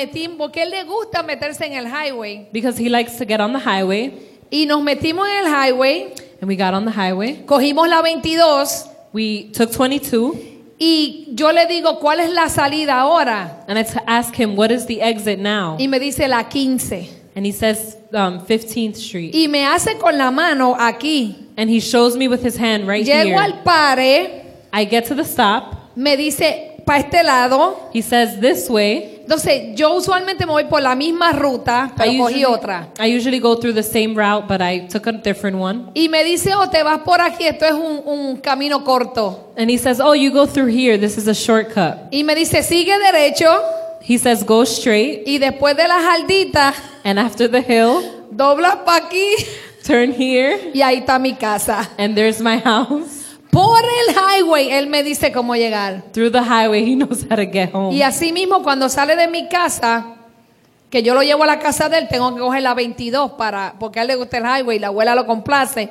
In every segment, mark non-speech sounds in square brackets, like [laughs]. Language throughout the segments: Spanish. metimos, que él le gusta meterse en el highway. because he likes to get on the highway. Y nos metimos en el highway, And we got on the highway. cogimos la 22 We took 22, y yo le digo, ¿cuál es la salida ahora? and I t- asked him, What is the exit now? Y me dice la 15. And he says, um, 15th Street. Y me hace con la mano aquí. And he shows me with his hand right Llego here. al pare, I get to the stop. me dice, para este lado. He says, This way. Entonces, yo usualmente me voy por la misma ruta, I pero cogí usually, otra. I usually go through the same route, but I took a different one. Y me dice, oh, te vas por aquí, esto es un, un camino corto. And he says, Oh, you go through here. This is a shortcut. Y me dice, sigue derecho He says, Go straight. y después de la jardita, And after the hill, doblas para aquí [laughs] turn here. y ahí está mi casa. And there's my [laughs] house. Por el highway, él me dice cómo llegar. Through the highway, he knows how to get home. Y así mismo cuando sale de mi casa, que yo lo llevo a la casa de él, tengo que coger la 22 para, porque a él le gusta el highway y la abuela lo complace.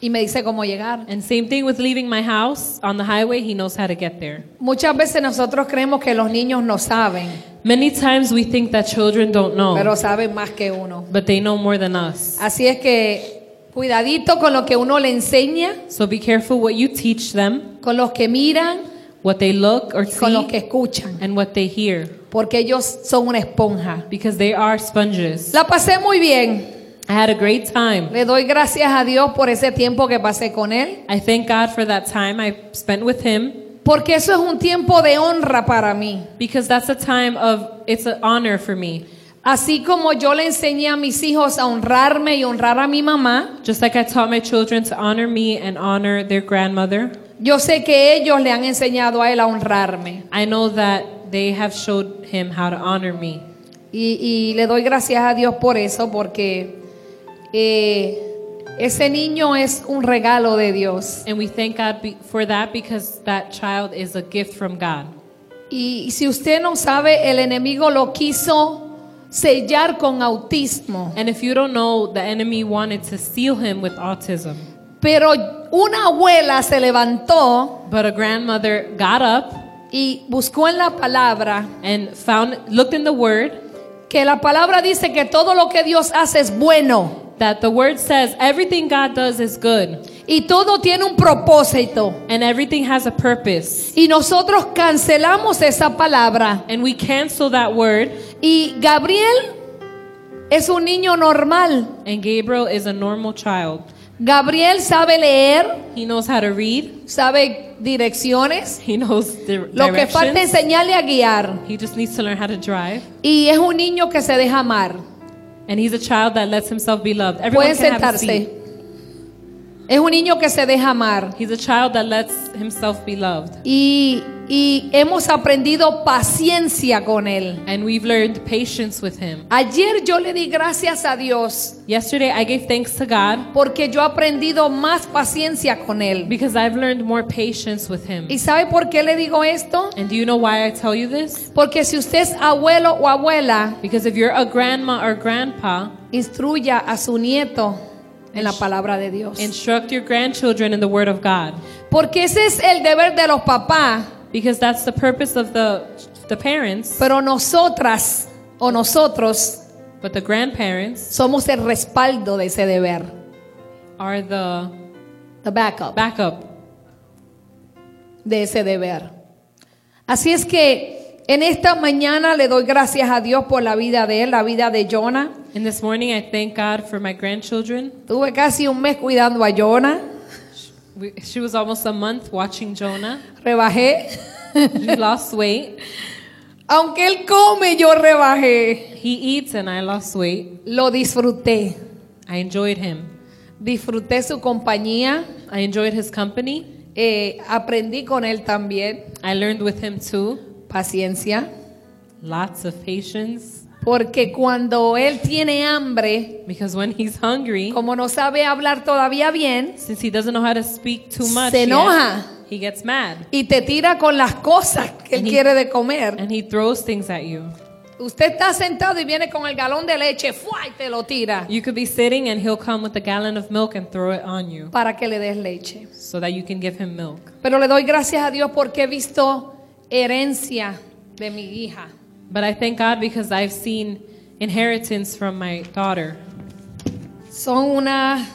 Y me dice cómo llegar. And same thing with leaving my house on the highway, he knows how to get there. Muchas veces nosotros creemos que los niños no saben, Many times we think that children don't know, pero saben más que uno. but they know more than us. Así es que cuidadito con lo que uno le enseña, So be careful what you teach them, con los que miran, what they look or con los que see, escuchan, and what they hear, porque ellos son una esponja. because they are sponges. La pasé muy bien. I had a great time. Le doy gracias a Dios por ese tiempo que pasé con él, I thank God for that time I spent with him, porque eso es un tiempo de honra para mí. because that's a time of, it's an honor for me. Así como yo le enseñé a mis hijos a honrarme y honrar a mi mamá, Just like I taught my children to honor me and honor their grandmother, yo sé que ellos le han enseñado a él a honrarme. I know that they have showed him how to honor me. Y, y le doy gracias a Dios por eso, porque eh, ese niño es un regalo de Dios. And we thank God be- for that because that child is a gift from God. Y si usted no sabe, el enemigo lo quiso sellar con autismo. And if you don't know, the enemy wanted to steal him with autism. Pero una abuela se levantó But a grandmother got up y buscó en la palabra, and found looked in the word que la palabra dice que todo lo que Dios hace es bueno. that the word says everything God does is good Y todo tiene un propósito. and everything has a purpose. Y nosotros cancelamos esa palabra. And we cancel that word Y Gabriel es un niño normal. and Gabriel is a normal child. Gabriel sabe leer, He knows how to read. sabe direcciones. He knows the Lo que falta es directions. enseñarle a guiar. He just needs to learn how to drive. Y es un niño que se deja amar. And he's a child that lets himself be loved. Everyone Pueden can have a seat. sentarse. Es un niño que se deja amar. He's a child that lets himself be loved. Y, y hemos aprendido paciencia con él. And we've learned patience with him. Ayer yo le di gracias a Dios Yesterday, I gave thanks to God porque yo he aprendido más paciencia con él. because I've learned more patience with him. ¿Y sabe por qué le digo esto? And do you know why I tell you this? Porque si usted es abuelo o abuela, Because if you're a grandma or grandpa, instruya a su nieto en la palabra de Dios. instruct your grandchildren in the Word of God. Porque ese es el deber de los papás, Because that's the purpose of the, the parents, pero nosotras o nosotros but the grandparents somos el respaldo de ese deber. are the The backup backup. de ese deber. Así es que en esta mañana le doy gracias a Dios por la vida de él, la vida de Jonah. And this morning, I thank God for my grandchildren. Tuve casi un mes cuidando a Jonah. We, she was almost a month watching Jonah. Rebajé. She [laughs] lost weight. Aunque él come, yo rebajé. He eats and I lost weight. Lo disfruté. I enjoyed him. Disfruté su compañía. I enjoyed his company. Eh, aprendí con él también I learned with him too. paciencia. Lots of patience. Porque cuando él tiene hambre, Because when he's hungry, como no sabe hablar todavía bien, since he doesn't know how to speak too much, Se yet, enoja. he gets mad y te tira con las cosas que él Ujú. quiere de comer. and he throws things at you. Usted está sentado y viene con el galón de leche, ¡fua! y te lo tira You could be sitting and he'll come with a gallon of milk and throw it on you para que le des leche. so that you can give him milk. Pero le doy gracias a Dios porque he visto herencia de mi hija. But I thank God because I've seen inheritance from my daughter. Son una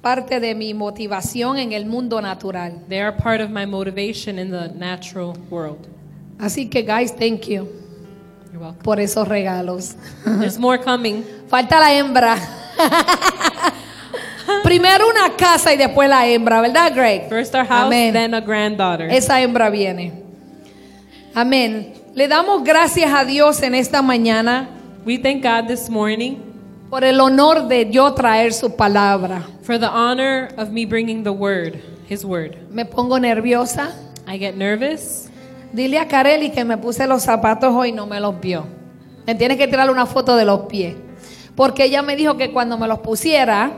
parte de mi motivación en el mundo natural. They are part of my motivation in the natural world. Así que, guys, thank you [laughs] You're welcome. por esos regalos. There's more coming. Falta la hembra. [laughs] Primero una casa y después la hembra, ¿verdad, Greg? First our house, Amén. then a granddaughter. Esa hembra viene. Amén. Le damos gracias a Dios en esta mañana We thank God this morning por el honor de yo traer su palabra. for the honor of me bringing the word, His word. Me pongo nerviosa. I get nervous. Dile a Kareli que me puse los zapatos hoy y no me los vio. Me tienes que tirar una foto de los pies. Porque ella me dijo que cuando me los pusiera,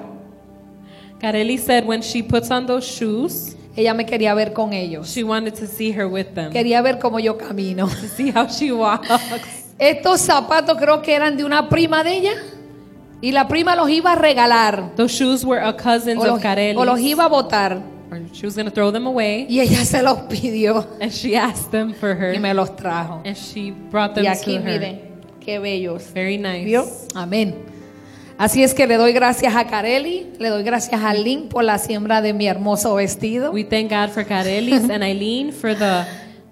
Carelli said when she puts on those shoes, ella me quería ver con ellos. she wanted to see her with them, Quería ver cómo yo camino. [laughs] to see how she walks. Estos zapatos creo que eran de una prima de ella. Y la prima los iba a regalar. Those shoes were a cousin's O los, of Carelli. o los iba a botar. She was going to throw them away, Y ella [laughs] se los pidió. and she [laughs] asked them for Y her, me los trajo. and she brought them Y to aquí her. miren, qué bellos. Very nice. ¿Vio? Amén. Así es que le doy gracias a Carelli, le doy gracias a Link por la siembra de mi hermoso vestido. We thank God for Carelli's and Eileen for the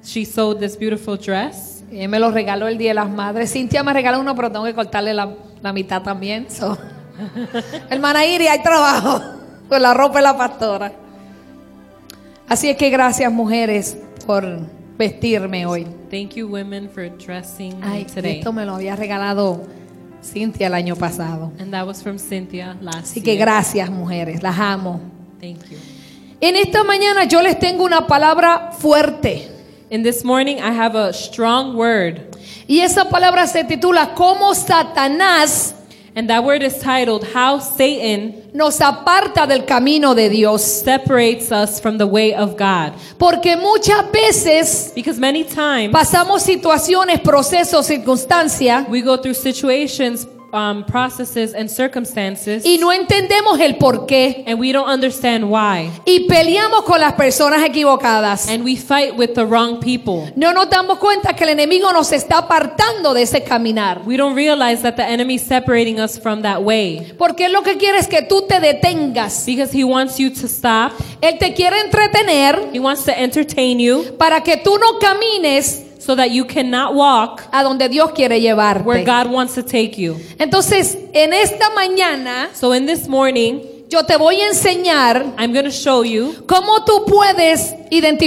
she sewed this beautiful dress. Él me lo regaló el Día de las Madres. Cintia me regaló uno, pero tengo que cortarle la, la mitad también. so. [laughs] Hermana Iri, hay trabajo [laughs] con la ropa de la pastora. Así es que gracias, mujeres, por vestirme hoy. Thank you, women, for dressing me Ay, today. esto me lo había regalado Cintia el año pasado. And that was from Cynthia last Así que year. gracias, mujeres, las amo. Thank you. En esta mañana yo les tengo una palabra fuerte. And this morning I have a strong word, Y esa palabra se titula ¿Cómo Satanás and that word is titled "How Satan nos aparta del camino de Dios? Separates Us from the Way of God." Porque muchas veces Because many times pasamos situaciones, procesos, circunstancias we go through situations, um, processes, and circumstances, y no entendemos el por qué. and we don't understand why, Y peleamos con las personas equivocadas. and we fight with the wrong people. No nos damos cuenta que el enemigo nos está apartando de ese caminar. We don't realize that the enemy's separating us from that way Porque él lo que quiere es que tú te detengas. because he wants you to stop. Él te quiere entretener He wants to entertain you para que tú no camines so that you cannot walk a donde Dios quiere where llevarte. God wants to take you. Entonces, en esta mañana So in this morning, yo te voy a enseñar I'm going to show you cómo tú puedes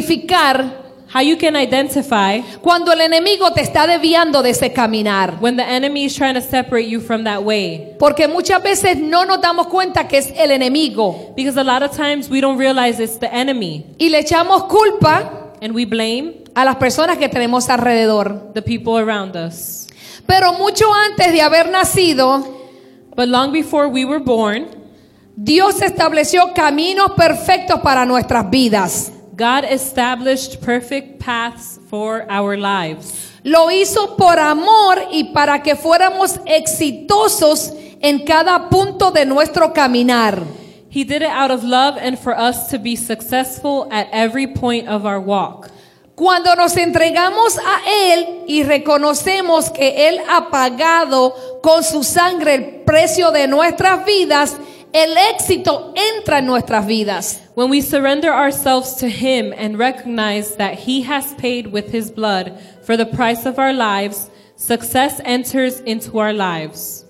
identificar how you can identify cuando el enemigo te está desviando de ese caminar. when the enemy is trying to separate you from that way. Porque muchas veces no nos damos cuenta que es el enemigo Because a lot of times we don't realize it's the enemy y le echamos culpa and we blame a las personas que tenemos alrededor. the people around us. Pero mucho antes de haber nacido, But long before we were born, Dios estableció caminos perfectos para nuestras vidas. God established perfect paths for our lives. Lo hizo por amor y para que fuéramos exitosos en cada punto de nuestro caminar. He did it out of love and for us to be successful at every point of our walk. Cuando nos entregamos a Él y reconocemos que Él ha pagado con su sangre el precio de nuestras vidas, el éxito entra en nuestras vidas. When we surrender ourselves to Him and recognize that He has paid with His blood for the price of our lives, success enters into our lives.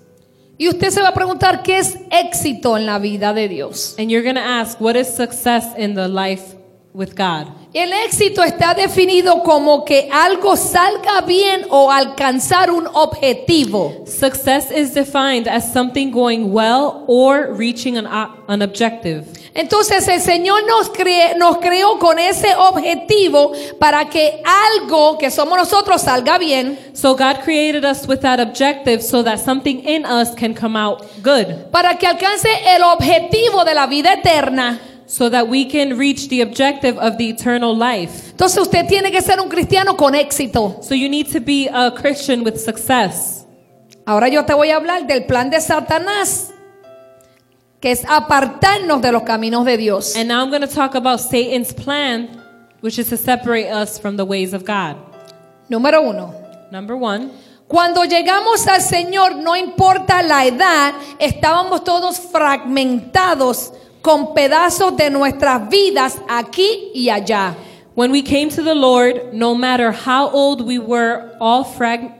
Y usted se va a preguntar qué es éxito en la vida de Dios. And you're going to ask, what is success in the life with God? El éxito está definido como que algo salga bien o alcanzar un objetivo. Success is defined as something going well or reaching an, o- an objective. Entonces el Señor nos, cre- nos creó con ese objetivo para que algo que somos nosotros salga bien, So God created us with that objective so that something in us can come out good. para que alcance el objetivo de la vida eterna. so that we can reach the objective of the eternal life. Entonces usted tiene que ser un cristiano con éxito. So you need to be a Christian with success. Ahora yo te voy a hablar del plan de Satanás, que es apartarnos de los caminos de Dios. And now I'm going to talk about Satan's plan, which is to separate us from the ways of God. Número uno, Number one, Cuando llegamos al Señor, no importa la edad, estábamos todos fragmentados con pedazos de nuestras vidas aquí y allá. When we came to the Lord, no matter how old we were, all frag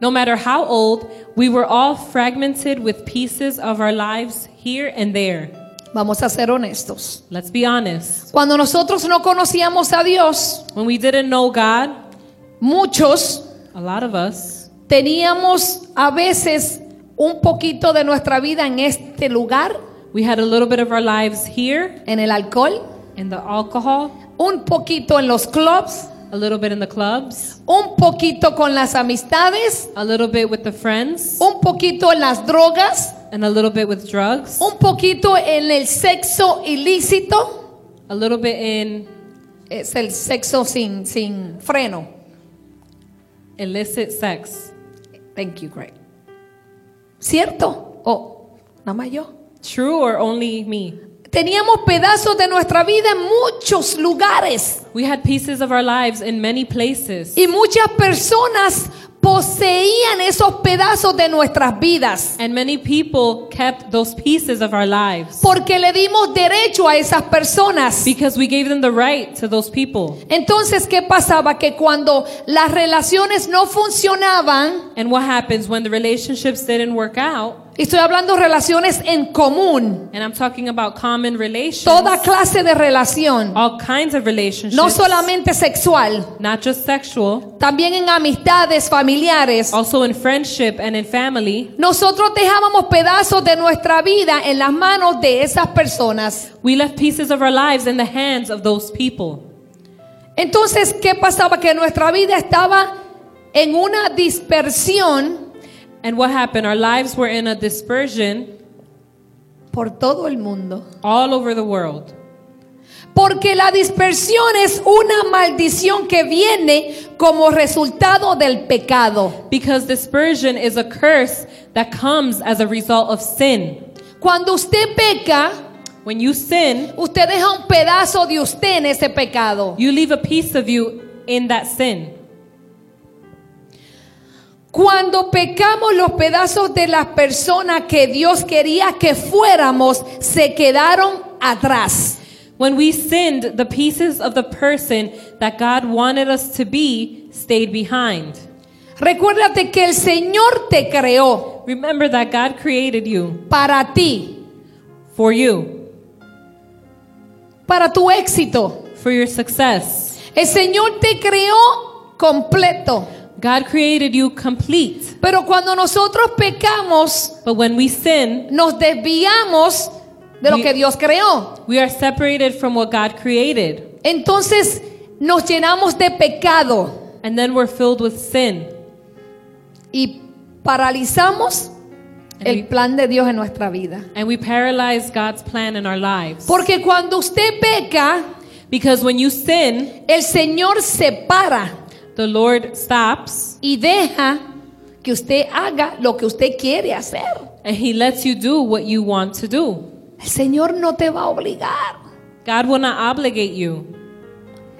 no matter how old, we were all fragmented with pieces of our lives here and there. Vamos a ser honestos. Let's be honest. Cuando nosotros no conocíamos a Dios, When we didn't know God, muchos a lot of us, teníamos a veces un poquito de nuestra vida en este lugar, we had a little bit of our lives here en el alcohol, in the alcohol, un poquito en los clubs, a little bit in the clubs, un poquito con las amistades, a little bit with the friends, un poquito en las drogas, and a little bit with drugs, un poquito en el sexo ilícito, a little bit in es el sexo sin, sin freno. illicit sex. Thank you, Greg. ¿Cierto? O nada más yo. True or only me? Teníamos pedazos de nuestra vida en muchos lugares We had pieces of our lives in many places. y muchas personas poseían esos pedazos de nuestras vidas And many people kept those pieces of our lives porque le dimos derecho a esas personas. because we gave them the right to those people. Entonces, ¿qué pasaba? Que cuando las relaciones no funcionaban, And what happens when the relationships didn't work out? y estoy hablando relaciones en común, And I'm talking about common relations, toda clase de relación, all kinds of relationships, no solamente sexual, not just sexual, también en amistades familiares. also in friendship and in family. Nosotros dejábamos pedazos de nuestra vida en las manos de esas personas. We left pieces of our lives in the hands of those people. Entonces, ¿qué pasaba? Que nuestra vida estaba en una dispersión And what happened? Our lives were in a dispersion por todo el mundo. all over the world. Porque la dispersión es una maldición que viene como resultado del pecado. Because dispersion is a curse that comes as a result of sin. Cuando usted peca, When you sin, usted deja un pedazo de usted en ese pecado. you leave a piece of you in that sin. Cuando pecamos, los pedazos de las personas que Dios quería que fuéramos se quedaron atrás. When we sinned, the pieces of the person that God wanted us to be stayed behind. Recuérdate que el Señor te creó Remember that God created you para ti, for you, para tu éxito. for your success. El Señor te creó completo. God created you complete. Pero cuando nosotros pecamos, But when we sin, nos desviamos de lo Y- que Dios creó. we are separated from what God created. Entonces nos llenamos de pecado And then we're filled with sin. y paralizamos el Y- plan de Dios en nuestra vida. And we paralyze God's plan in our lives. Porque cuando usted peca, Because when you sin, el Señor se para the Lord stops y deja que usted haga lo que usted quiere hacer. and He lets you do what you want to do. El Señor no te va a obligar. God will not obligate you.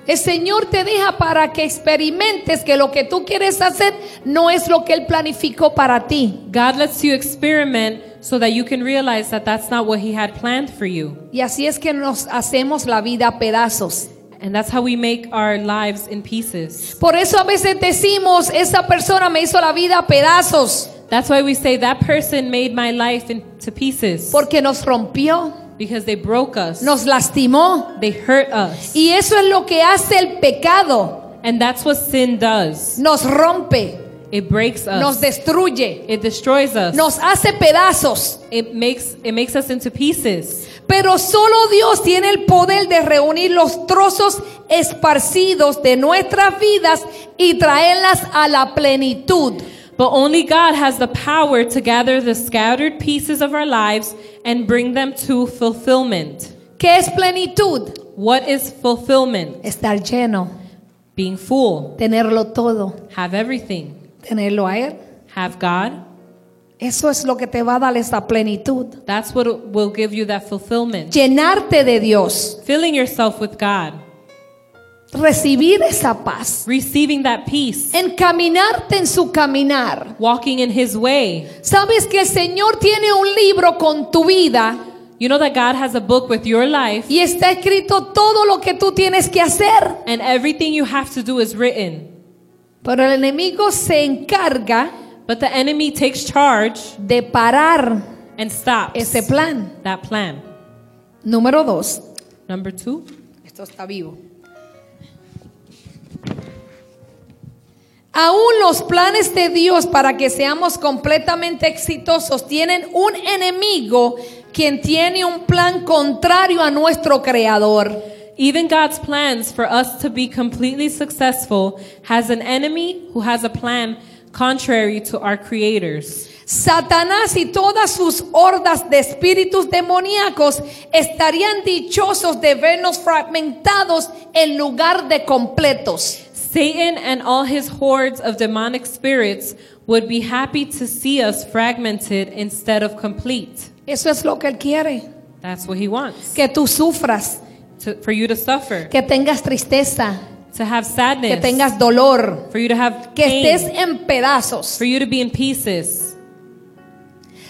El Señor te deja para que experimentes que lo que tú quieres hacer no es lo que Él planificó para ti. God lets you experiment so that you can realize that that's not what He had planned for you. Y así es que nos hacemos la vida a pedazos. And that's how we make our lives in pieces. Por eso a veces decimos, esa persona me hizo la vida a pedazos That's why we say that person made my life into pieces porque nos rompió, because they broke us, nos lastimó. they hurt us. Y eso es lo que hace el pecado. And that's what sin does Nos rompe, it breaks nos us, destruye, it destroys us, nos hace pedazos. it, makes, it makes us into pieces. Pero solo Dios tiene el poder de reunir los trozos esparcidos de nuestras vidas y traerlas a la plenitud. But only God has the power to gather the scattered pieces of our lives and bring them to fulfillment. ¿Qué es plenitud? What is fulfillment? Estar lleno, Being full. tenerlo todo, Have everything. tenerlo a Él. Have God. Eso es lo que te va a dar esa plenitud. That's what will give you that fulfillment. Llenarte de Dios. Filling yourself with God. recibir esa paz, receiving that peace, encaminarte en su caminar. walking in His way. Sabes que el Señor tiene un libro con tu vida You know that God has a book with your life, y está escrito todo lo que tú tienes que hacer. and everything you have to do is written. Pero el enemigo se encarga But the enemy takes charge de parar and stops ese plan. that plan. Número dos. Number two, Esto está vivo. Aún los planes de Dios para que seamos completamente exitosos tienen un enemigo quien tiene un plan contrario a nuestro creador. even God's plans for us to be completely successful has an enemy who has a plan contrary to our creators. Satanás y todas sus hordas de espíritus demoníacos estarían dichosos de vernos fragmentados en lugar de completos. Satan and all his hordes of demonic spirits would be happy to see us fragmented instead of complete. Eso es lo que él quiere, That's what he wants que tú sufras, to, for you to suffer, que tengas tristeza, to have que sadness, tengas dolor, for you to have que estés pain, en pedazos. for you to be in pieces.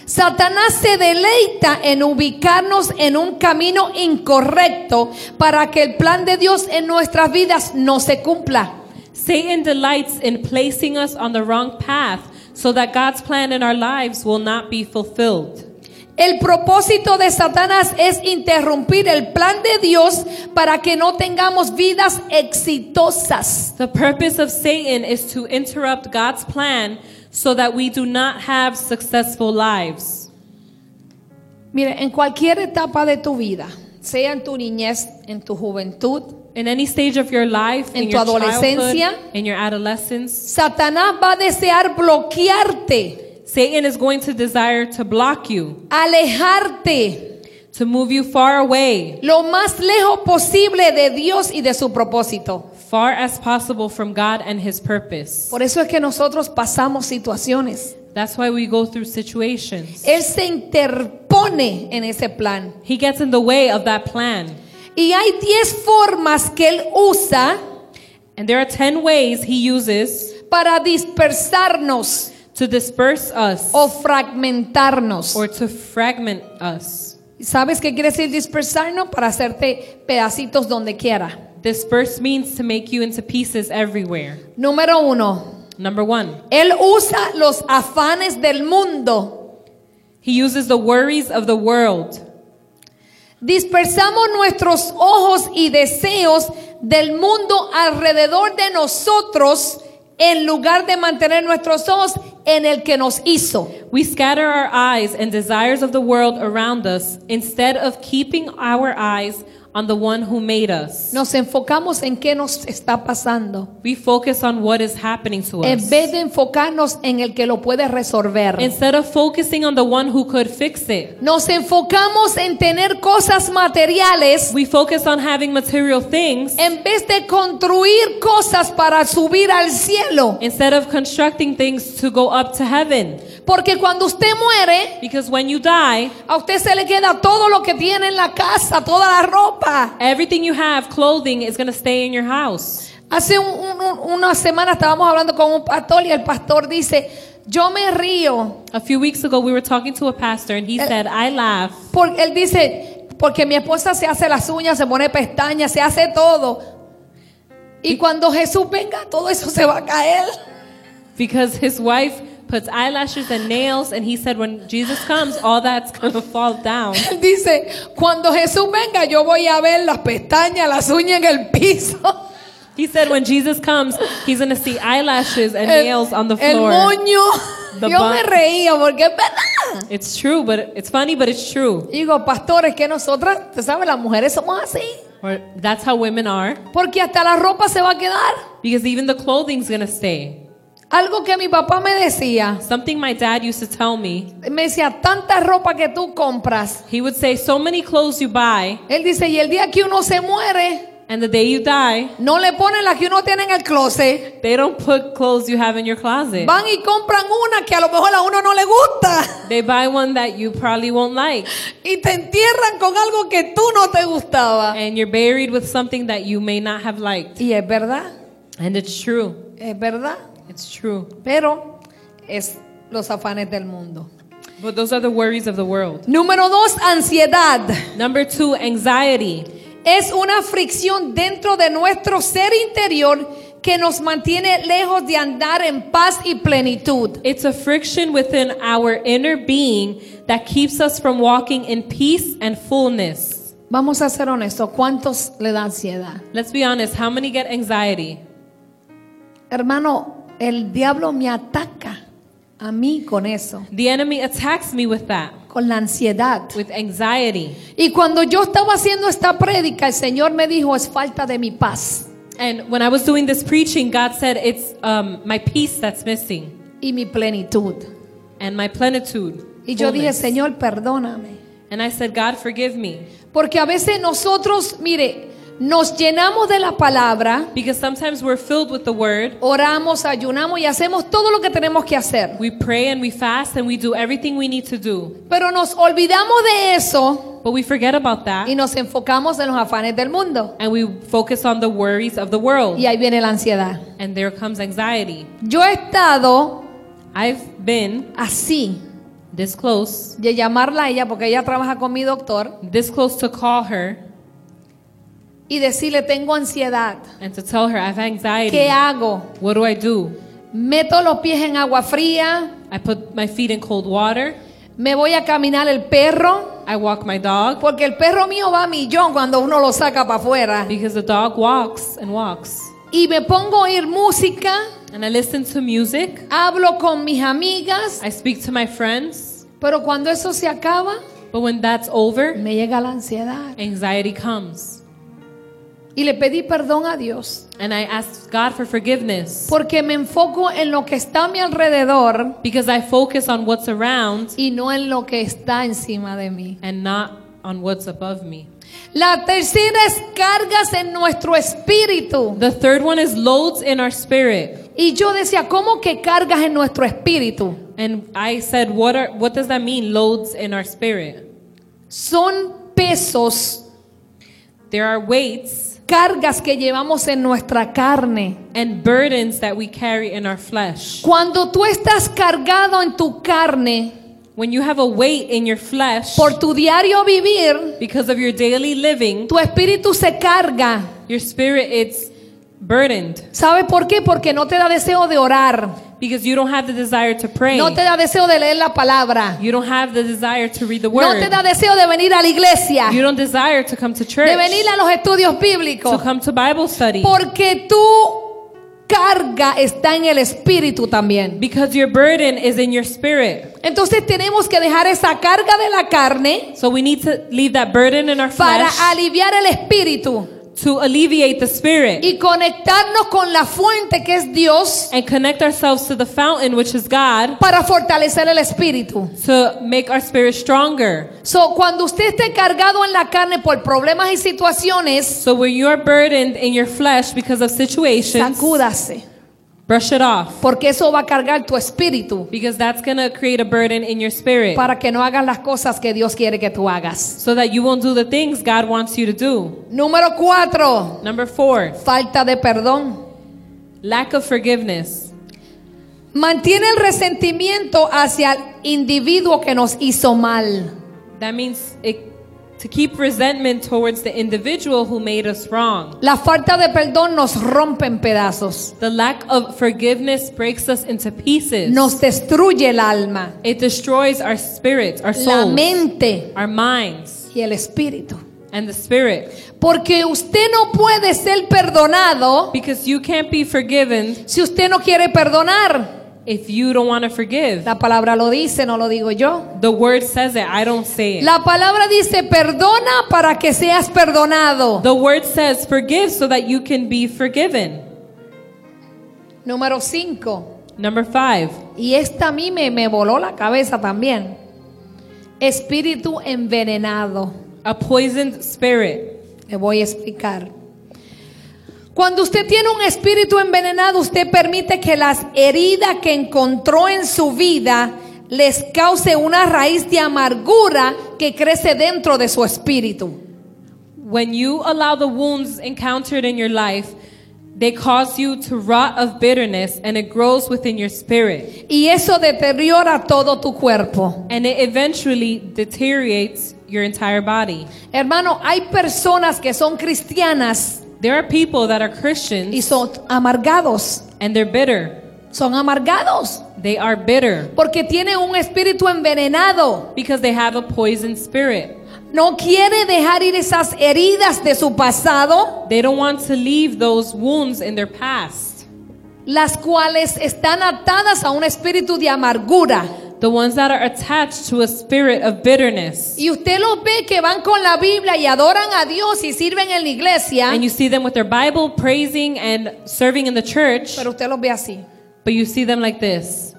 Satanás se deleita en ubicarnos en un camino incorrecto para que el plan de Dios en nuestras vidas no se cumpla. Satan delights in placing us on the wrong path so that God's plan in our lives will not be fulfilled. El propósito de Satanás es interrumpir el plan de Dios para que no tengamos vidas exitosas. The purpose of Satan is to interrupt God's plan so that we do not have successful lives. Mire, en cualquier etapa de tu vida, sea en tu niñez, en tu juventud, In any stage of your life, En in tu your childhood, adolescencia. in your adolescence, Satanás va a desear bloquearte, Satan is going to desire to block you, alejarte to move you far away, lo más lejos posible de Dios y de su propósito. far as possible from God and His purpose. Por eso es que nosotros pasamos situaciones. That's why we go through situations. Él se interpone en ese plan. He gets in the way of that plan. Y hay 10 formas que él usa And there are 10 ways He uses para dispersarnos to disperse us o fragmentarnos. or to fragment us. ¿Sabes qué quiere decir dispersarnos? Para hacerte pedacitos donde quiera. Disperse means to make you into pieces everywhere. Número uno, Number one, él usa los afanes del mundo. He uses the worries of the world. Dispersamos nuestros ojos y deseos del mundo alrededor de nosotros en lugar de mantener nuestros ojos en el que nos hizo. We scatter our eyes and desires of the world around us instead of keeping our eyes on the one who made us. Nos enfocamos en qué nos está pasando. We focus on what is happening to en us. vez de enfocarnos en el que lo puede resolver. Instead of focusing on the one who could fix it, Nos enfocamos en tener cosas materiales we focus on having material things en vez de construir cosas para subir al cielo. instead of constructing things to go up to heaven. Porque cuando usted muere, Because when you die, a usted se le queda todo lo que tiene en la casa, toda la ropa. everything you have, clothing, is going to stay in your house. Hace un- un- un- unas semanas estábamos hablando con un pastor y el pastor dice, yo me río. A few weeks ago, we were talking to a pastor and he said, I laugh Porque él dice, porque mi esposa se hace las uñas, se pone pestañas, se hace todo. Y cuando Jesús venga, todo eso se va a caer. Because his wife puts eyelashes and nails, and he said, when Jesus comes, all that's going to fall down. Él dice, cuando Jesús venga, yo voy a ver las pestañas, las uñas en el piso. He said, when Jesus comes, he's going to see eyelashes and el, nails on the el floor. moño. The yo me bun- reía porque es verdad. It's true, but it's funny, but it's true. Y Digo, pastores, que nosotras, usted sabe, las mujeres somos así. Or that's how women are, Porque hasta la ropa se va a quedar. because even the clothing's going to stay. Algo que mi papá me decía. Something my dad used to tell me. Me decía, tanta ropa que tú compras. He would say, so many clothes you buy, Él dice, y el día que uno se muere, And the day you die, No le ponen la que uno tiene en el closet. they don't put clothes you have in your closet. Van y compran una que a lo mejor a uno no le gusta. They buy one that you probably won't like. Y te entierran con algo que tú no te gustaba. And you're buried with something that you may not have liked. Y es verdad, And it's true. es verdad. It's true. Pero es los afanes del mundo. But those are the worries of the world. Número dos, ansiedad. Number two, anxiety. Es una fricción dentro de nuestro ser interior que nos mantiene lejos de andar en paz y plenitud. It's a friction within our inner being that keeps us from walking in peace and fullness. Vamos a ser honestos, ¿cuántos le da ansiedad? Let's be honest, how many get anxiety? Hermano, el diablo me ataca a mí con eso, The enemy attacks me with that, con la ansiedad. with anxiety. Y cuando yo estaba haciendo esta prédica, el Señor me dijo, es falta de mi paz. And when I was doing this preaching, God said, It's um, my peace that's missing y mi plenitud. and my plenitude. Y yo dije, fullness." Señor, perdóname. and I said, God, forgive me. Porque a veces nosotros, mire, nos llenamos de la palabra, Because sometimes we're filled with the word. oramos, ayunamos y hacemos todo lo que tenemos que hacer. We pray and we fast and we do everything we need to do. Pero nos olvidamos de eso But we forget about that y nos enfocamos en los afanes del mundo. and we focus on the worries of the world. Y ahí viene la ansiedad. And there comes anxiety. Yo he estado I've been así, this close, de llamarla a ella, porque ella trabaja con mi doctor, this close to call her y decirle, tengo ansiedad. and to tell her I have ¿Qué anxiety. hago? What do I do? Meto los pies en agua fría, I put my feet in cold water. me voy a caminar el perro. I walk my dog Porque el perro mío va a millón cuando uno lo saca para afuera. because the dog walks and walks. Y me pongo a oír música, And I listen to music. hablo con mis amigas, I speak to my friends. pero cuando eso se acaba, But when that's over, me llega la ansiedad. anxiety comes. Y le pedí perdón a Dios, And I ask God for forgiveness porque me enfoco en lo que está a mi alrededor because I focus on what's around y no en lo que está encima de mí. and not on what's above me. La tercera es cargas en nuestro espíritu. The third one is loads in our spirit. Y yo decía, ¿cómo que cargas en nuestro espíritu? And I said, what are what does that mean? Loads in our spirit. Son pesos, There are weights cargas que llevamos en nuestra carne. and burdens that we carry in our flesh. Cuando tú estás cargado en tu carne When you have a weight in your flesh por tu diario vivir, because of your daily living, tu espíritu se carga. your spirit it's burdened ¿Sabe por qué? Porque no te da deseo de orar, because you don't have the desire to pray. no te da deseo de leer la palabra, You don't have the desire to read the no word. te da deseo de venir a la iglesia, you don't desire to come to church. de venir a los estudios to bíblicos, come to Bible study. porque tu carga está en el espíritu también. because your burden is in your spirit. Entonces tenemos que dejar esa carga de la carne So we need to leave that burden in our para flesh aliviar el espíritu to alleviate the spirit. y conectarnos con la fuente que es Dios. and connect ourselves to the fountain, which is God, para fortalecer el espíritu. to make our spirit stronger. So, cuando usted esté cargado en la carne por problemas y situaciones, So when you're burdened in your flesh because of situations, sacúdase, brush it off porque eso va a cargar tu espíritu because that's going to create a burden in your spirit para que no hagas las cosas que Dios quiere que tú hagas. so that you won't do the things God wants you to do. Número cuatro, Number four, falta de perdón. lack of forgiveness. Mantiene el resentimiento hacia el individuo que nos hizo mal. That means it, to keep resentment towards the individual who made us wrong. La falta de perdón nos rompe en pedazos, The lack of forgiveness breaks us into pieces. nos destruye el alma, It destroys our spirits, la our souls, mente our minds. y el espíritu. and the spirit Porque usted no puede ser perdonado because you can't be forgiven si usted no quiere perdonar. if you don't want to forgive La palabra lo dice, no lo digo yo. the word says it i don't say it La palabra dice, perdona para que seas perdonado. the word says forgive so that you can be forgiven Número 5. number 5 Y esta a mí me, me voló la cabeza también. Espíritu envenenado. a poisoned spirit Le voy a explicar. Cuando usted tiene un espíritu envenenado, usted permite que las heridas que encontró en su vida les cause una raíz de amargura que crece dentro de su espíritu. When you allow the wounds encountered in your life, they cause you to rot of bitterness and it grows within your spirit. Y eso deteriora todo tu cuerpo. And it eventually deteriorates your entire body. Hermano, hay personas que son cristianas There are people that are y Christians son amargados. and they're bitter. Son amargados They are bitter porque tienen un espíritu envenenado. because they have a poisoned spirit. No quiere dejar ir esas heridas de su pasado, They don't want to leave those wounds in their past. las cuales están atadas a un espíritu de amargura. The ones that are attached to a spirit of bitterness. Y usted los ve que van con la Biblia y adoran a Dios y sirven en la iglesia, And you see them with their Bible, praising and serving in the church, pero usted los ve así. but you see them like this.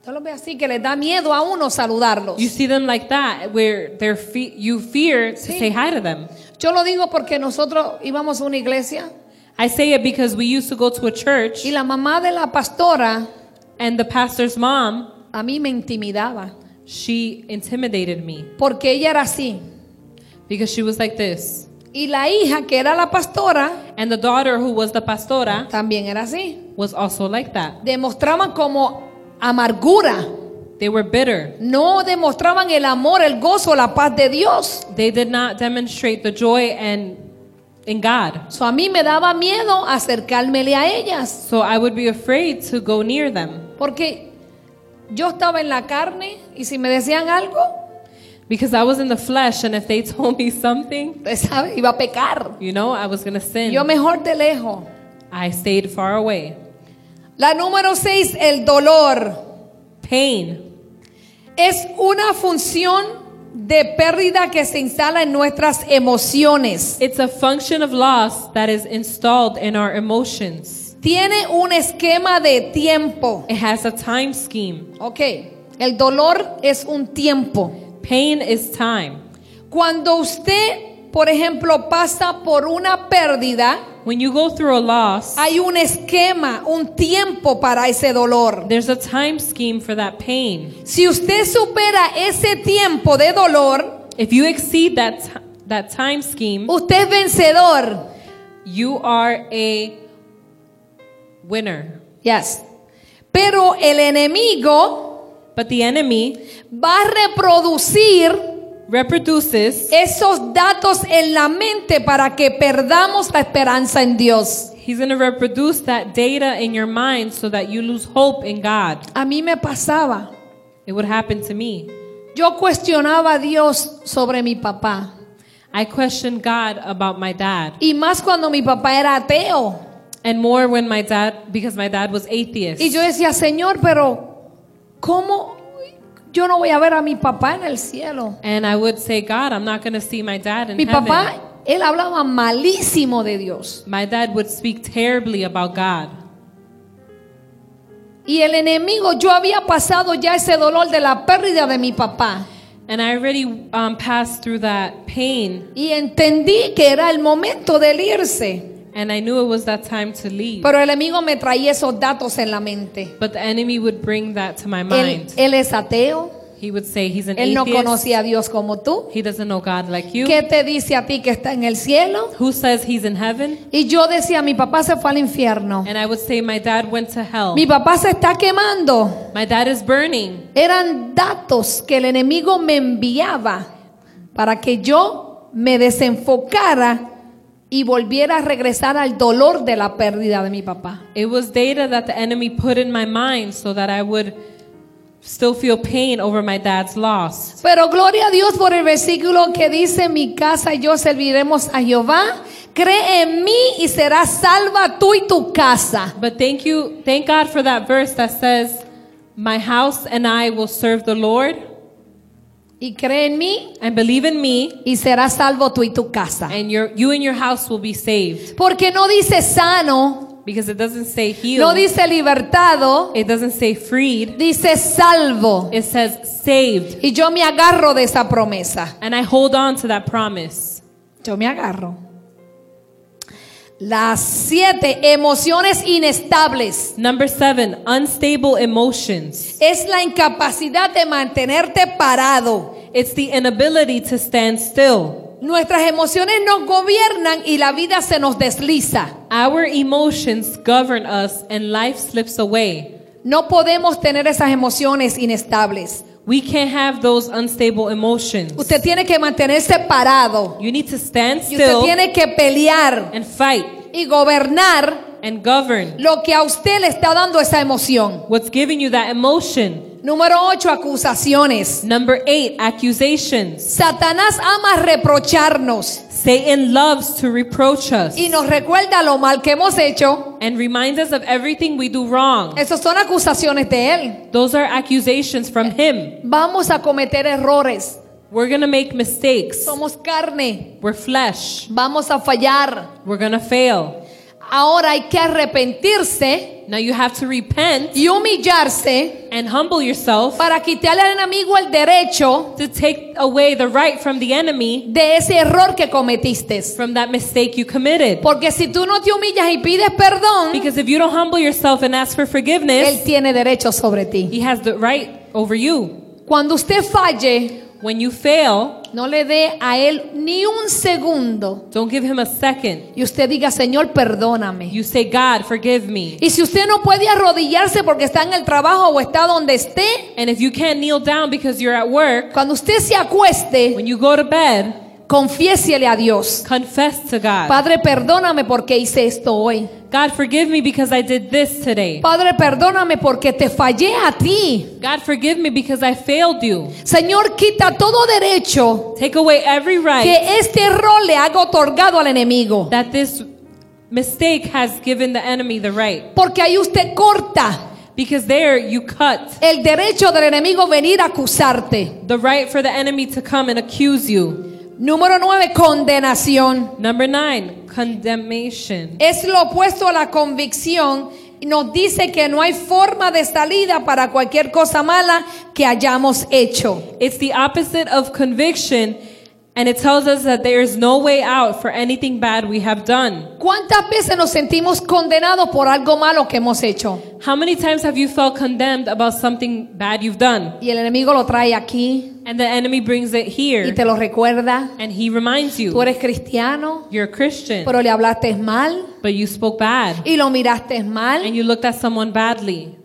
Usted los ve así que les da miedo a uno saludarlos. You see them like that, where their fe- you fear to Sí. say hi to them. Yo lo digo porque nosotros íbamos a una iglesia I say it because we used to go to a church, y la mamá de la pastora and the pastor's mom, a mí me intimidaba she intimidated me porque ella era así. because she was like this. Y la hija que era la pastora And the daughter, who was the pastora, también era así. was also like that. Demostraban como amargura. They were bitter. No demostraban el amor, el gozo, la paz de Dios. They did not demonstrate the joy and in God. So, a mí me daba miedo acercármele a ellas. So I would be afraid to go near them Porque yo estaba en la carne y si me decían algo, because I was in the flesh, and if they [laughs] told me something, usted sabe, iba a pecar. you know, I was gonna sin. Yo mejor de lejos. I stayed far away. La número 6, el dolor. Pain. Es una función de pérdida que se instala en nuestras emociones. It's a function of loss that is installed in our emotions. Tiene un esquema de tiempo. It has a time scheme. Ok, el dolor es un tiempo. Pain is time. Cuando usted, por ejemplo, pasa por una pérdida, When you go through a loss, hay un esquema, un tiempo para ese dolor. there's a time scheme for that pain. Si usted supera ese tiempo de dolor, If you exceed that ti- that time scheme, usted es vencedor. you are a winner. Yes. Pero el enemigo But the enemy va a reproducir reproduces esos datos en la mente para que perdamos la esperanza en Dios. He's going to reproduce that data in your mind so that you lose hope in God. A mí me pasaba. It would happen to me. Yo cuestionaba a Dios sobre mi papá. I questioned God about my dad, Y más cuando mi papá era ateo. and more when my dad, because my dad was atheist. Y yo decía, Señor, pero ¿cómo yo no voy a ver a mi papá en el cielo? And I would say, God, I'm not going to see my dad in Mi heaven. papá, él hablaba malísimo de Dios. My dad would speak terribly about God. Y el enemigo, yo había pasado ya ese dolor de la pérdida de mi papá. And I already um, passed through that pain, Y entendí que era el momento de él irse. and I knew it was that time to leave. Pero el enemigo me traía esos datos en la mente. but the enemy would bring that to my Él, mind. él es ateo. he would say, He's an Él no atheist. conocía a Dios como tú. he doesn't know God like you. ¿Qué te dice a ti que está en el cielo? Who says he's in heaven? Y yo decía, mi papá se fue al infierno. And I would say my dad went to hell. Mi papá se está quemando. My dad is burning. Eran datos que el enemigo me enviaba para que yo me desenfocara y volviera a regresar al dolor de la pérdida de mi papá. It was data that the enemy put in my mind so that I would still feel pain over my dad's loss. Pero gloria a Dios por el versículo que dice, mi casa y yo serviremos a Jehová. Cree en mí y serás salva tú y tu casa. But thank you, thank God for that verse that says, My house and I will serve the Lord, Y cree en mí and believe in me, y serás salvo tú y tu casa. and your you and your house will be saved. Porque no dice sano, Because it doesn't say no healed, dice libertado, it doesn't say freed, dice salvo. it says saved. Y yo me agarro de esa promesa. And I hold on to that promise. Yo me agarro. Las siete emociones inestables Number seven, unstable emotions. es la incapacidad de mantenerte parado. It's the inability to stand still. Nuestras emociones nos gobiernan y la vida se nos desliza. Our emotions govern us and life slips away. No podemos tener esas emociones inestables. We can't have those unstable emotions. Usted tiene que mantenerse parado. You need to stand Y usted still tiene que pelear and fight y gobernar and govern lo que a usted le está dando esa emoción. what's giving you that emotion. Número 8, acusaciones. Number eight, accusations. Satanás ama reprocharnos Satan loves to reproach us y nos recuerda lo mal que hemos hecho. and reminds us of everything we do wrong. Esas son acusaciones de él. Those are accusations from him. Vamos a cometer errores. We're gonna make mistakes. Somos carne. We're flesh. Vamos a fallar. We're gonna fail. Ahora hay que arrepentirse Now you have to repent y humillarse and humble yourself para quitarle al enemigo el derecho to take away the right from the enemy de ese error que cometiste. from that mistake you committed. Porque si tú no te humillas y pides perdón, Because if you don't humble yourself and ask for él forgiveness, tiene derecho sobre ti. he has the right over you. Cuando usted falle, When you fail, no le dé a él ni un segundo don't give him a second. y usted diga, Señor, perdóname. You say, God, forgive me. Y si usted no puede arrodillarse porque está en el trabajo o está donde esté, And if you can't kneel down because you're at work, cuando usted se acueste, when you go to bed, confiésele a Dios. confess to God. Padre, perdóname porque hice esto hoy. God, forgive me because I did this today. Padre, perdóname porque te fallé a ti. God, forgive me because I failed you. Señor, quita todo derecho Take away every right que este error le haga otorgado al enemigo. that this mistake has given the enemy the right. Porque ahí usted corta Because there you cut el derecho del enemigo venir a acusarte. the right for the enemy to come and accuse you. Número 9, condenación. Number nine, condemnation. Es lo opuesto a la convicción. Nos dice que no hay forma de salida para cualquier cosa mala que hayamos hecho. It's the opposite of conviction, and it tells us that there is no way out for anything bad we have done. ¿Cuántas veces nos sentimos condenados por algo malo que hemos hecho? How many times have you felt condemned about something bad you've done? Y el enemigo lo trae aquí And the enemy brings it y here, te lo e- recuerda. and he reminds Tú you eres cristiano, you're a Christian, pero le hablaste mal but you spoke bad. y lo miraste mal, and you looked at someone badly.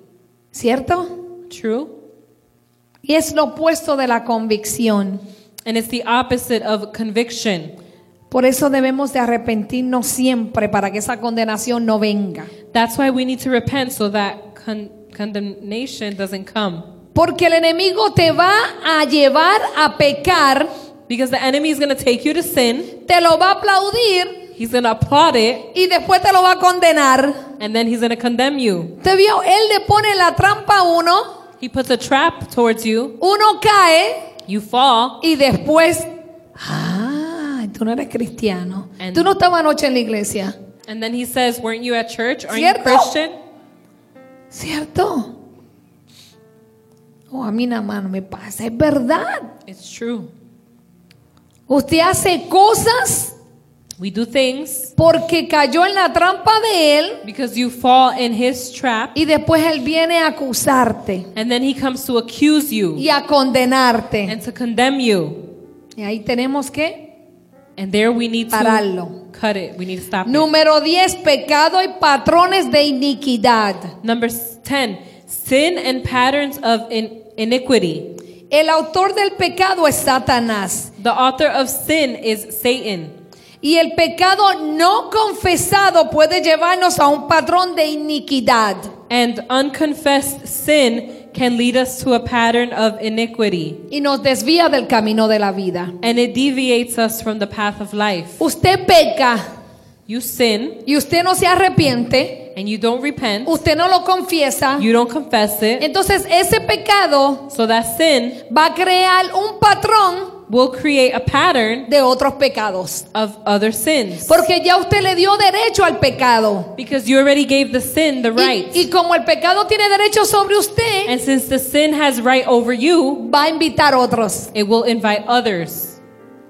¿cierto? True? Y es lo opuesto de la convicción. And it's the opposite of conviction. Por eso debemos de arrepentirnos siempre para que esa condenación no venga. That's why we need to repent so that con- condemnation doesn't come. Porque el enemigo te va a llevar a pecar, Because the enemy is going to take you to sin, te lo va a aplaudir he's going to applaud it, y después te lo va a condenar. and then he's going to condemn you. Te vio, él le pone la trampa a uno, He puts a trap towards you, uno cae you fall, y después, ah, tú no eres cristiano. And- Tú no estabas anoche en la iglesia, and then he says, Weren't you at church? Aren't you Cierto. Christian? ¿cierto? Oh, a mí nada más no me pasa, es verdad. It's true. Usted hace cosas We do things porque cayó en la trampa de él because you fall in his trap, y después él viene a acusarte. and then he comes to accuse you y a condenarte. and to condemn you. Y ahí tenemos que. And there we need to Pararlo. cut it. We need to stop it. Número 10, pecado y patrones de iniquidad. Number s- 10, sin and patterns of in- iniquity. El autor del pecado es Satanás. The author of sin is Satan. Y el pecado no confesado puede llevarnos a un patrón de iniquidad. And unconfessed sin can lead us to a pattern of iniquity. Y nos desvía del camino de la vida. And it deviates us from the path of life. Usted peca You sin y usted no se arrepiente. and you don't repent, Usted no lo confiesa. you don't confess it. Entonces ese pecado So that sin va a crear un patrón will create a pattern de otros pecados. of other sins. Porque ya usted le dio derecho al pecado. Because you already gave the sin the Y- right. Y, como el pecado tiene derecho sobre usted, And since the sin has right over you, va a invitar a otros. it will invite others.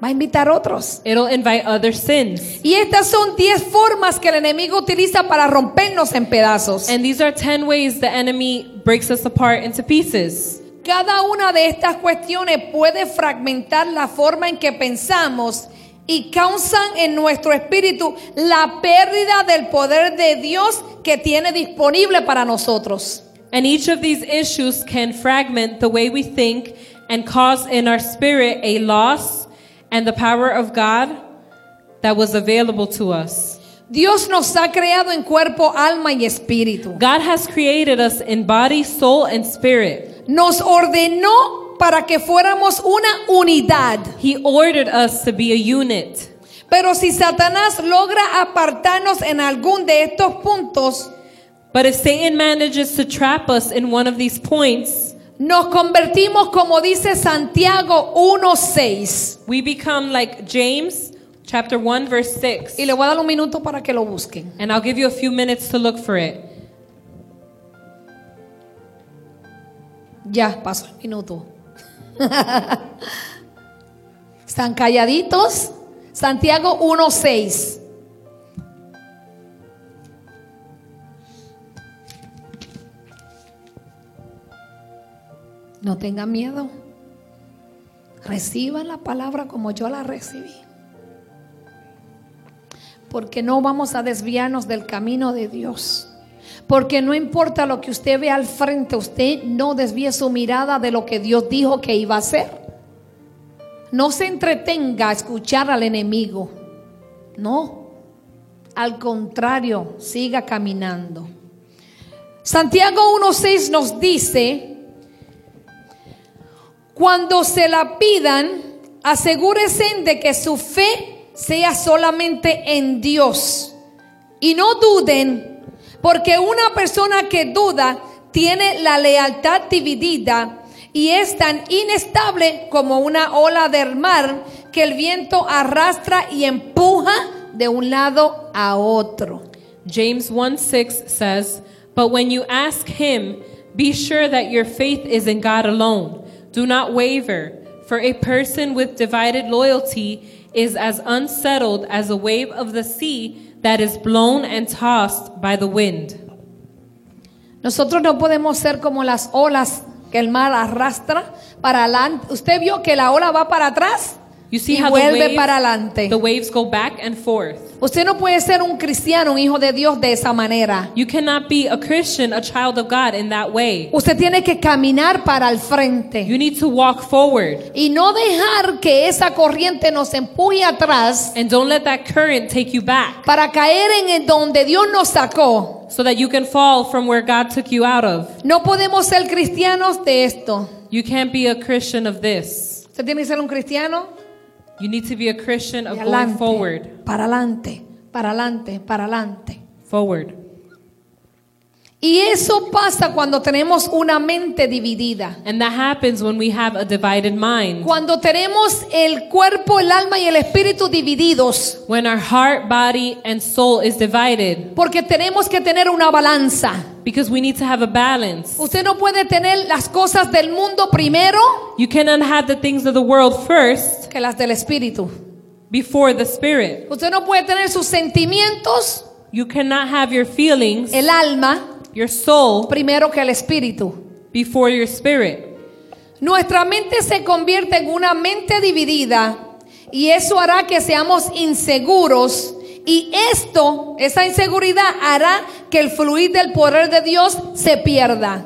va a invitar otros. It'll invite other sins. Y estas son 10 formas que el enemigo utiliza para rompernos en pedazos. And these are 10 ways the enemy breaks us apart into pieces. Cada una de estas cuestiones puede fragmentar la forma en que pensamos y causan en nuestro espíritu la pérdida del poder de Dios que tiene disponible para nosotros. And each of these issues can fragment the way we think and cause in our spirit a loss and the power of God that was available to us. Dios nos ha creado en cuerpo, alma y espíritu. God has created us in body, soul, and spirit. Nos ordenó para que fuéramos una unidad. He ordered us to be a unit. Pero si Satanás logra apartarnos en algún de estos puntos, But if Satan manages to trap us in one of these points, nos convertimos como dice Santiago 1.6. we become like James chapter 1 verse 6. Y le voy a dar un minuto para que lo busquen. And I'll give you a few minutes to look for it. Ya pasó el minuto. Están calladitos. Santiago 1.6. No tengan miedo. Reciban la palabra como yo la recibí. Porque no vamos a desviarnos del camino de Dios. Porque no importa lo que usted vea al frente, usted no desvíe su mirada de lo que Dios dijo que iba a hacer. No se entretenga a escuchar al enemigo. No. Al contrario, siga caminando. Santiago 1.6 nos dice, cuando se la pidan, asegúrense de que su fe sea solamente en Dios. Y no duden, porque una persona que duda tiene la lealtad dividida y es tan inestable como una ola del mar que el viento arrastra y empuja de un lado a otro. James 1 6 says, But when you ask him, be sure that your faith is in God alone. Do not waver, for a person with divided loyalty is as unsettled as a wave of the sea that is blown and tossed by the wind. Nosotros no podemos ser como las olas que el mar arrastra para adelante. Usted vio que la ola va para atrás You see y how the vuelve waves, para adelante. the waves go back and forth. Usted no puede ser un cristiano, un hijo de Dios de esa manera. You cannot be a Christian, a child of God, in that way. Usted tiene que caminar para el frente You need to walk forward y no dejar que esa corriente nos empuje atrás and don't let that current take you back para caer en el donde Dios nos sacó. so that you can fall from where God took you out of. No podemos ser cristianos de esto. You can't be a Christian of this. Usted tiene que ser un cristiano You need to be a Christian of de going adelante, forward. para adelante, para adelante, para adelante. Forward. Y eso pasa cuando tenemos una mente dividida. And that happens when we have a divided mind. Cuando tenemos el cuerpo, el alma y el espíritu divididos. When our heart, body, and soul is divided. Porque tenemos que tener una balanza. Because we need to have a balance. Usted no puede tener las cosas del mundo primero You cannot have the things of the world first que las del espíritu. before the spirit. Usted no puede tener sus sentimientos, You cannot have your feelings, el alma, your soul, primero que el espíritu. before your spirit. Nuestra mente se convierte en una mente dividida y eso hará que seamos inseguros y esto, esa inseguridad hará que el fluir del poder de Dios se pierda.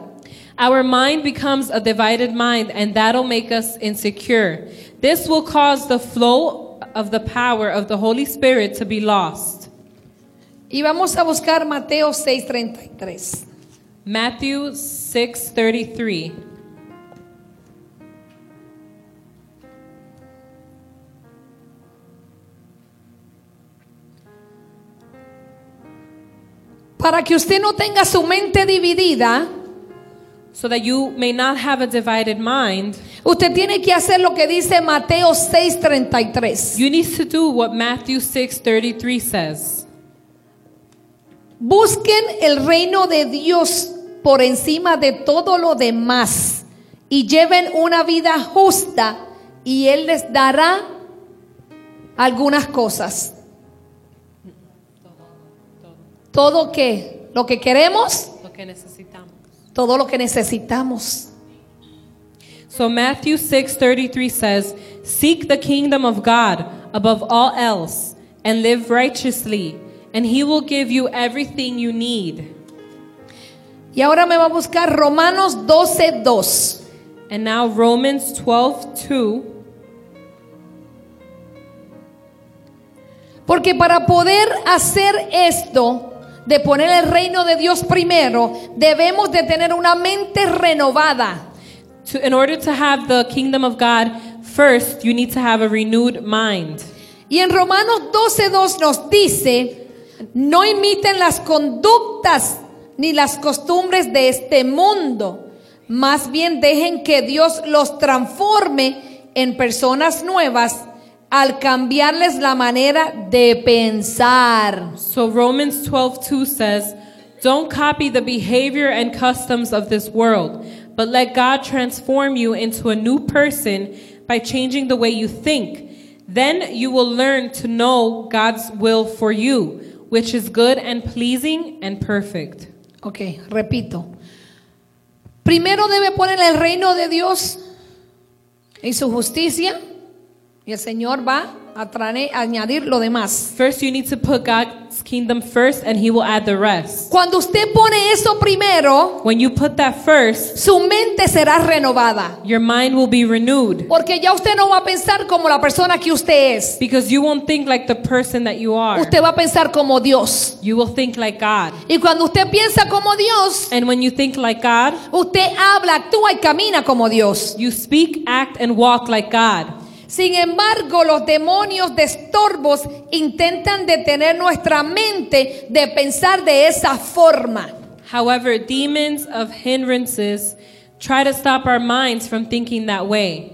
Our mind becomes a divided mind, and that'll make us insecure. This will cause the flow of the power of the Holy Spirit to be lost. Y vamos a buscar Mateo 6:33. Matthew 6:33. Para que usted no tenga su mente dividida, So that you may not have a divided mind, usted tiene que hacer lo que dice Mateo 6:33. you need to do what Matthew 6:33 says. Busquen el reino de Dios por encima de todo lo demás y lleven una vida justa y Él les dará algunas cosas. Todo que, lo que queremos, lo que necesitamos. todo lo que necesitamos. So Matthew 6:33 says, "Seek the kingdom of God above all else and live righteously, and he will give you everything you need." Y ahora me va a buscar Romanos 12, 2. And now Romans 12:2, Porque para poder hacer esto, de poner el reino de Dios primero, debemos de tener una mente renovada. to, in order to have the kingdom of God, first you need to have a renewed mind. Y en Romanos 12.2 nos dice, no imiten las conductas ni las costumbres de este mundo, más bien dejen que Dios los transforme en personas nuevas al cambiarles la manera de pensar. So Romans 12:2 says, "Don't copy the behavior and customs of this world, but let God transform you into a new person by changing the way you think. Then you will learn to know God's will for you, which is good and pleasing and perfect." Ok, repito. Primero debe poner el reino de Dios y su justicia y el Señor va a trane- a añadir lo demás. First, you need to put God's kingdom first and he will add the rest. Cuando usted pone eso primero, When you put that first, su mente será renovada. your mind will be renewed Porque ya usted no va a pensar como la persona que usted es. because you won't think like the person that you are. Usted va a pensar como Dios. You will think like God. Y cuando usted piensa como Dios, And when you think like God, usted habla, actúa y camina como Dios. you speak, act, and walk like God. Sin embargo, los demonios de estorbos intentan detener nuestra mente de pensar de esa forma. However, demons of hindrances try to stop our minds from thinking that way.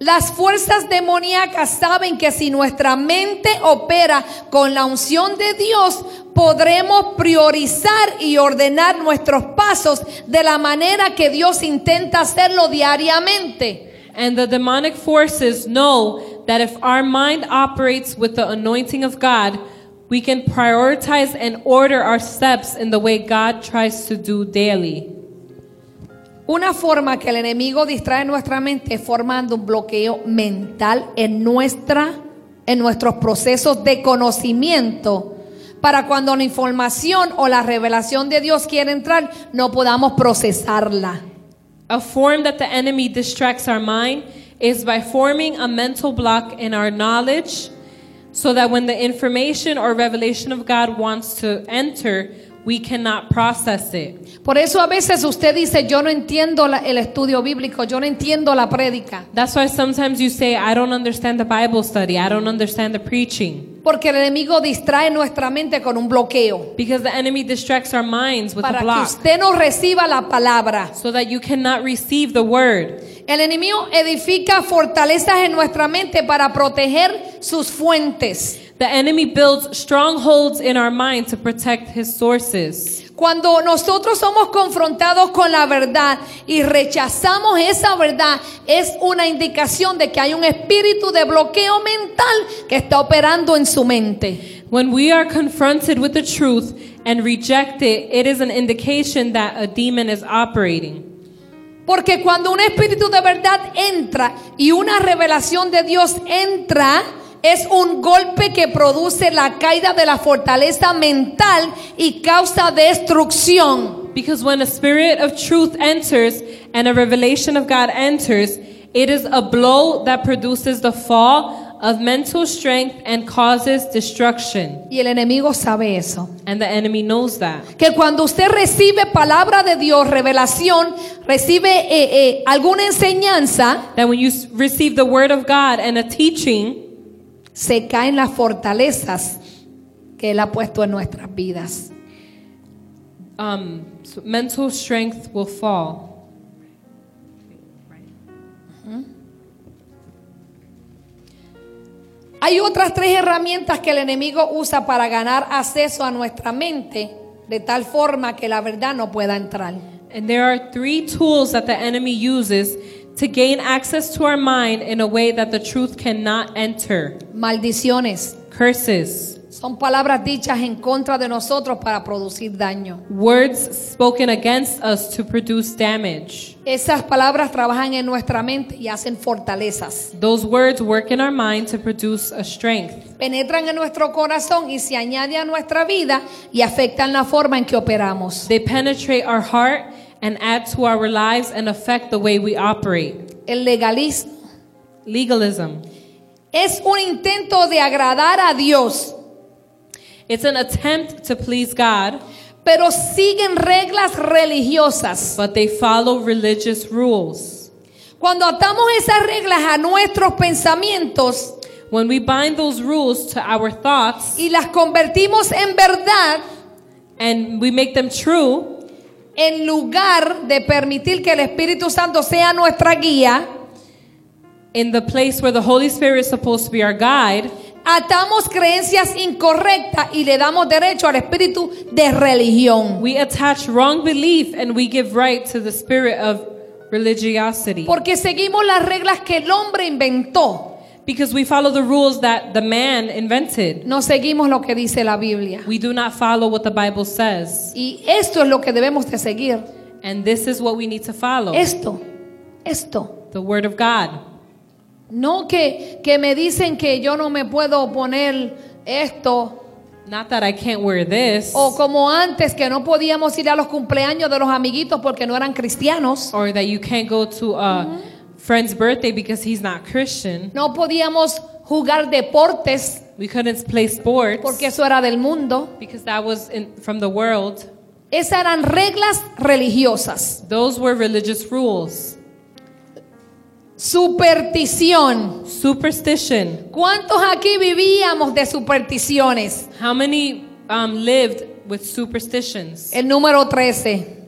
Las fuerzas demoníacas saben que si nuestra mente opera con la unción de Dios, podremos priorizar y ordenar nuestros pasos de la manera que Dios intenta hacerlo diariamente. And the demonic forces know that if our mind operates with the anointing of God, we can prioritize and order our steps in the way God tries to do daily. Una forma que el enemigo distrae nuestra mente es formando un bloqueo mental en nuestra en nuestros procesos de conocimiento para cuando la información o la revelación de Dios quiere entrar, no podamos procesarla. A form that the enemy distracts our mind is by forming a mental block in our knowledge so that when the information or revelation of God wants to enter, we cannot process it. Por eso a veces usted dice, yo no entiendo la- el estudio bíblico, yo no entiendo la prédica, That's why sometimes you say, I don't understand the Bible study, I don't understand the preaching. porque el enemigo distrae nuestra mente con un bloqueo Because the enemy distracts our minds with para a que block usted no reciba la palabra. so that you cannot receive the word. El enemigo edifica fortalezas en nuestra mente para proteger sus fuentes. The enemy builds strongholds in our mind to protect his sources. Cuando nosotros somos confrontados con la verdad y rechazamos esa verdad, es una indicación de que hay un espíritu de bloqueo mental que está operando en su mente. When we are confronted with the truth and reject it, it is an indication that a demon is operating. Porque cuando un espíritu de verdad entra y una revelación de Dios entra, es un golpe que produce la caída de la fortaleza mental y causa destrucción. Because when a spirit of truth enters and a revelation of God enters, it is a blow that produces the fall of mental strength and causes destruction. Y el enemigo sabe eso. And the enemy knows that. Que cuando usted recibe palabra de Dios, revelación, recibe eh, eh, alguna enseñanza, That when you s- receive the word of God and a teaching, se caen las fortalezas que Él ha puesto en nuestras vidas. um, s- mental strength will fall. Hay otras tres herramientas que el enemigo usa para ganar acceso a nuestra mente de tal forma que la verdad no pueda entrar. And there are three tools that the enemy uses to gain access to our mind in a way that the truth cannot enter. Maldiciones Curses, son palabras dichas en contra de nosotros para producir daño. words spoken against us to produce damage. Esas palabras trabajan en nuestra mente y hacen fortalezas. Those words work in our mind to produce a strength. Penetran en nuestro corazón y se añade a nuestra vida y afectan la forma en que operamos. They penetrate our heart and add to our lives and affect the way we operate. El legalismo Legalism. es un intento de agradar a Dios, It's an attempt to please God, pero siguen reglas religiosas. but they follow religious rules. Cuando atamos esas reglas a nuestros pensamientos When we bind those rules to our thoughts y las convertimos en verdad, and we make them true, en lugar de permitir que el Espíritu Santo sea nuestra guía, in the place where the Holy Spirit is supposed to be our guide, Atamos creencias incorrectas y le damos derecho al espíritu de religión. we attach wrong belief and we give right to the spirit of religiosity. Porque seguimos las reglas que el hombre inventó. Because we follow the rules that the man invented. No seguimos lo que dice la Biblia. We do not follow what the Bible says. Y esto es lo que debemos de seguir. And this is what we need to follow Esto, esto. the Word of God. No que, que me dicen que yo no me puedo poner esto. Not that I can't wear this, O como antes que no podíamos ir a los cumpleaños de los amiguitos porque no eran cristianos. or that you can't go to a friend's birthday because he's not Christian. No podíamos jugar deportes We couldn't play sports porque eso era del mundo. because that was in, from the world. Esas eran reglas religiosas. Those were religious rules. Superstición. Superstition. ¿Cuántos aquí vivíamos de supersticiones? How many um, lived with superstitions? El número 13.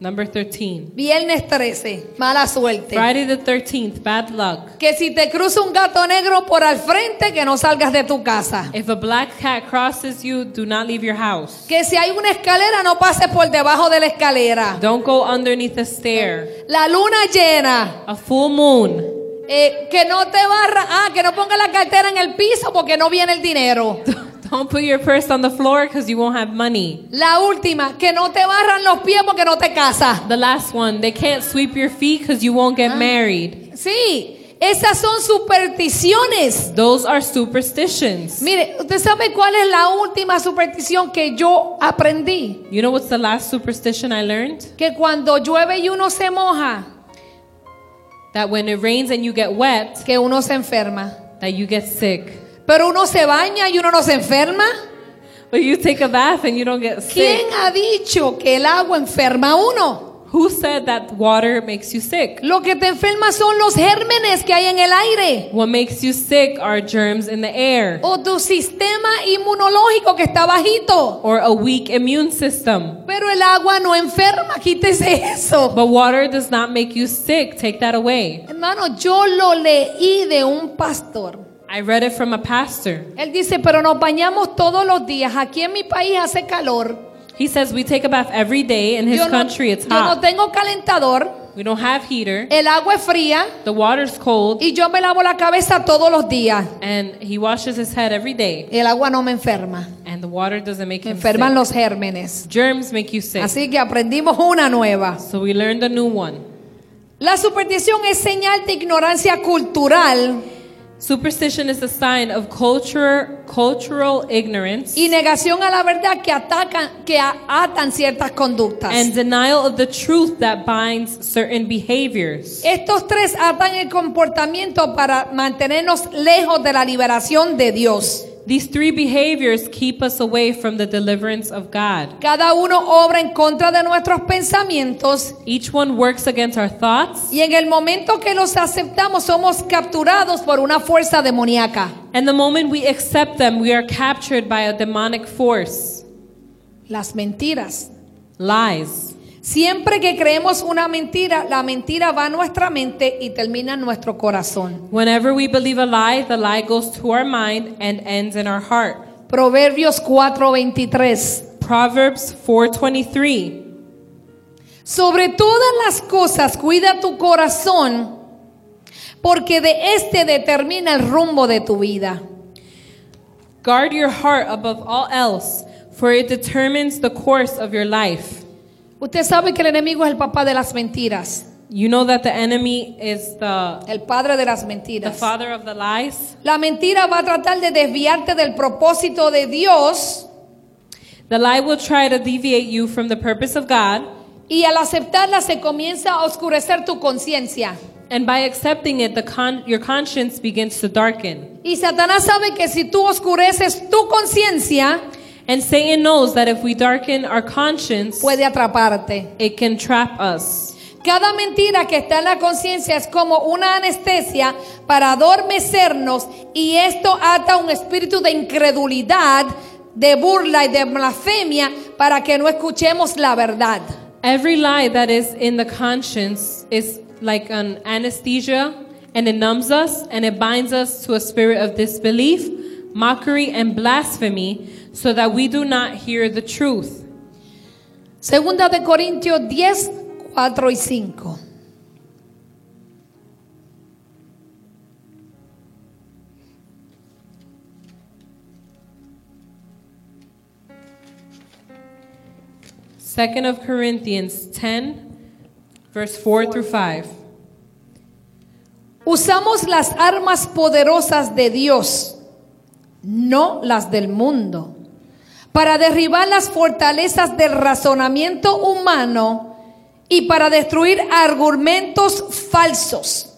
Number 13. Viernes 13. Mala suerte. Friday the 13th, bad luck. Que si te cruza un gato negro por al frente, que no salgas de tu casa. If a black cat crosses you, do not leave your house. Que si hay una escalera, no pases por debajo de la escalera. Don't go underneath a stair. La luna llena. A full moon. [laughs] Eh, que no te barra, ah, que no ponga la cartera en el piso porque no viene el dinero. Don't put your purse on the floor because you won't have money. La última, que no te barran los pies porque no te casas. The last one, they can't sweep your feet because you won't get married. Sí, esas son supersticiones. Those are superstitions. Mire, ¿usted sabe cuál es la última superstición que yo aprendí? You know what's the last superstition I learned? Que cuando llueve y uno se moja, That when it rains and you get wet, que uno se enferma. that you get sick. Pero uno se baña y uno no se enferma. But you take a bath and you don't get sick. ¿Quién ha dicho que el agua enferma a uno? Who said that water makes you sick? Lo que te enferma son los gérmenes que hay en el aire. What makes you sick are germs in the air O tu sistema inmunológico que está bajito. or a weak immune system. Pero el agua no enferma, quítese eso. But water does not make you sick. Take that away. Hermano, yo lo leí de un pastor. I read it from a pastor. Él dice, pero nos bañamos todos los días. Aquí en mi país hace calor. He says we take a bath every day. In his Yo no, country, it's yo no hot. tengo calentador. We don't have heater. El agua es fría. The water's cold. Y yo me lavo la cabeza todos los días. And he washes his head every day. El agua no me enferma. And the water doesn't make Me him enferman sick. los gérmenes. Germs make you sick. Así que aprendimos una nueva. So we learned a new one. La superstición es señal de ignorancia cultural Superstition is a sign of culture, cultural ignorance y negación a la verdad que atacan, que a- atan ciertas conductas. and denial of the truth that binds certain behaviors. Estos tres atan el comportamiento para mantenernos lejos de la liberación de Dios. These three behaviors keep us away from the deliverance of God. Cada uno obra en contra de nuestros pensamientos Each one works against our thoughts, y en el momento que los aceptamos somos capturados por una fuerza demoníaca. and the moment we accept them, we are captured by a demonic force Las mentiras. lies. Siempre que creemos una mentira, la mentira va a nuestra mente y termina en nuestro corazón. Whenever we believe a lie, the lie goes to our mind and ends in our heart. Proverbios 4:23. Proverbs 4:23. Sobre todas las cosas cuida tu corazón, porque de este determina el rumbo de tu vida. Guard your heart above all else, for it determines the course of your life. Usted sabe que el enemigo es el papá de las mentiras, You know that the enemy is the, el padre de las the mentiras. father of the lies. La mentira va a tratar de desviarte del propósito de Dios The lie will try to deviate you from the purpose of God, y al aceptarla se comienza a oscurecer tu conciencia. and by accepting it, the con- your conscience begins to darken. Y Satanás sabe que si tú oscureces tu conciencia, And Satan knows that if we darken our conscience, puede atraparte. it can trap us. Cada mentira que está en la conciencia es como una anestesia para adormecernos y esto ata un espíritu de incredulidad, de burla y de blasfemia para que no escuchemos la verdad. Every lie that is in the conscience is like an anesthesia, and it numbs us and it binds us to a spirit of disbelief, mockery, and blasphemy, so that we do not hear the truth. Segunda de Corintios 10, 4 y 5. Second of Corinthians 10, verse 4 through 5. Usamos las armas poderosas de Dios, no las del mundo, para derribar las fortalezas del razonamiento humano y para destruir argumentos falsos.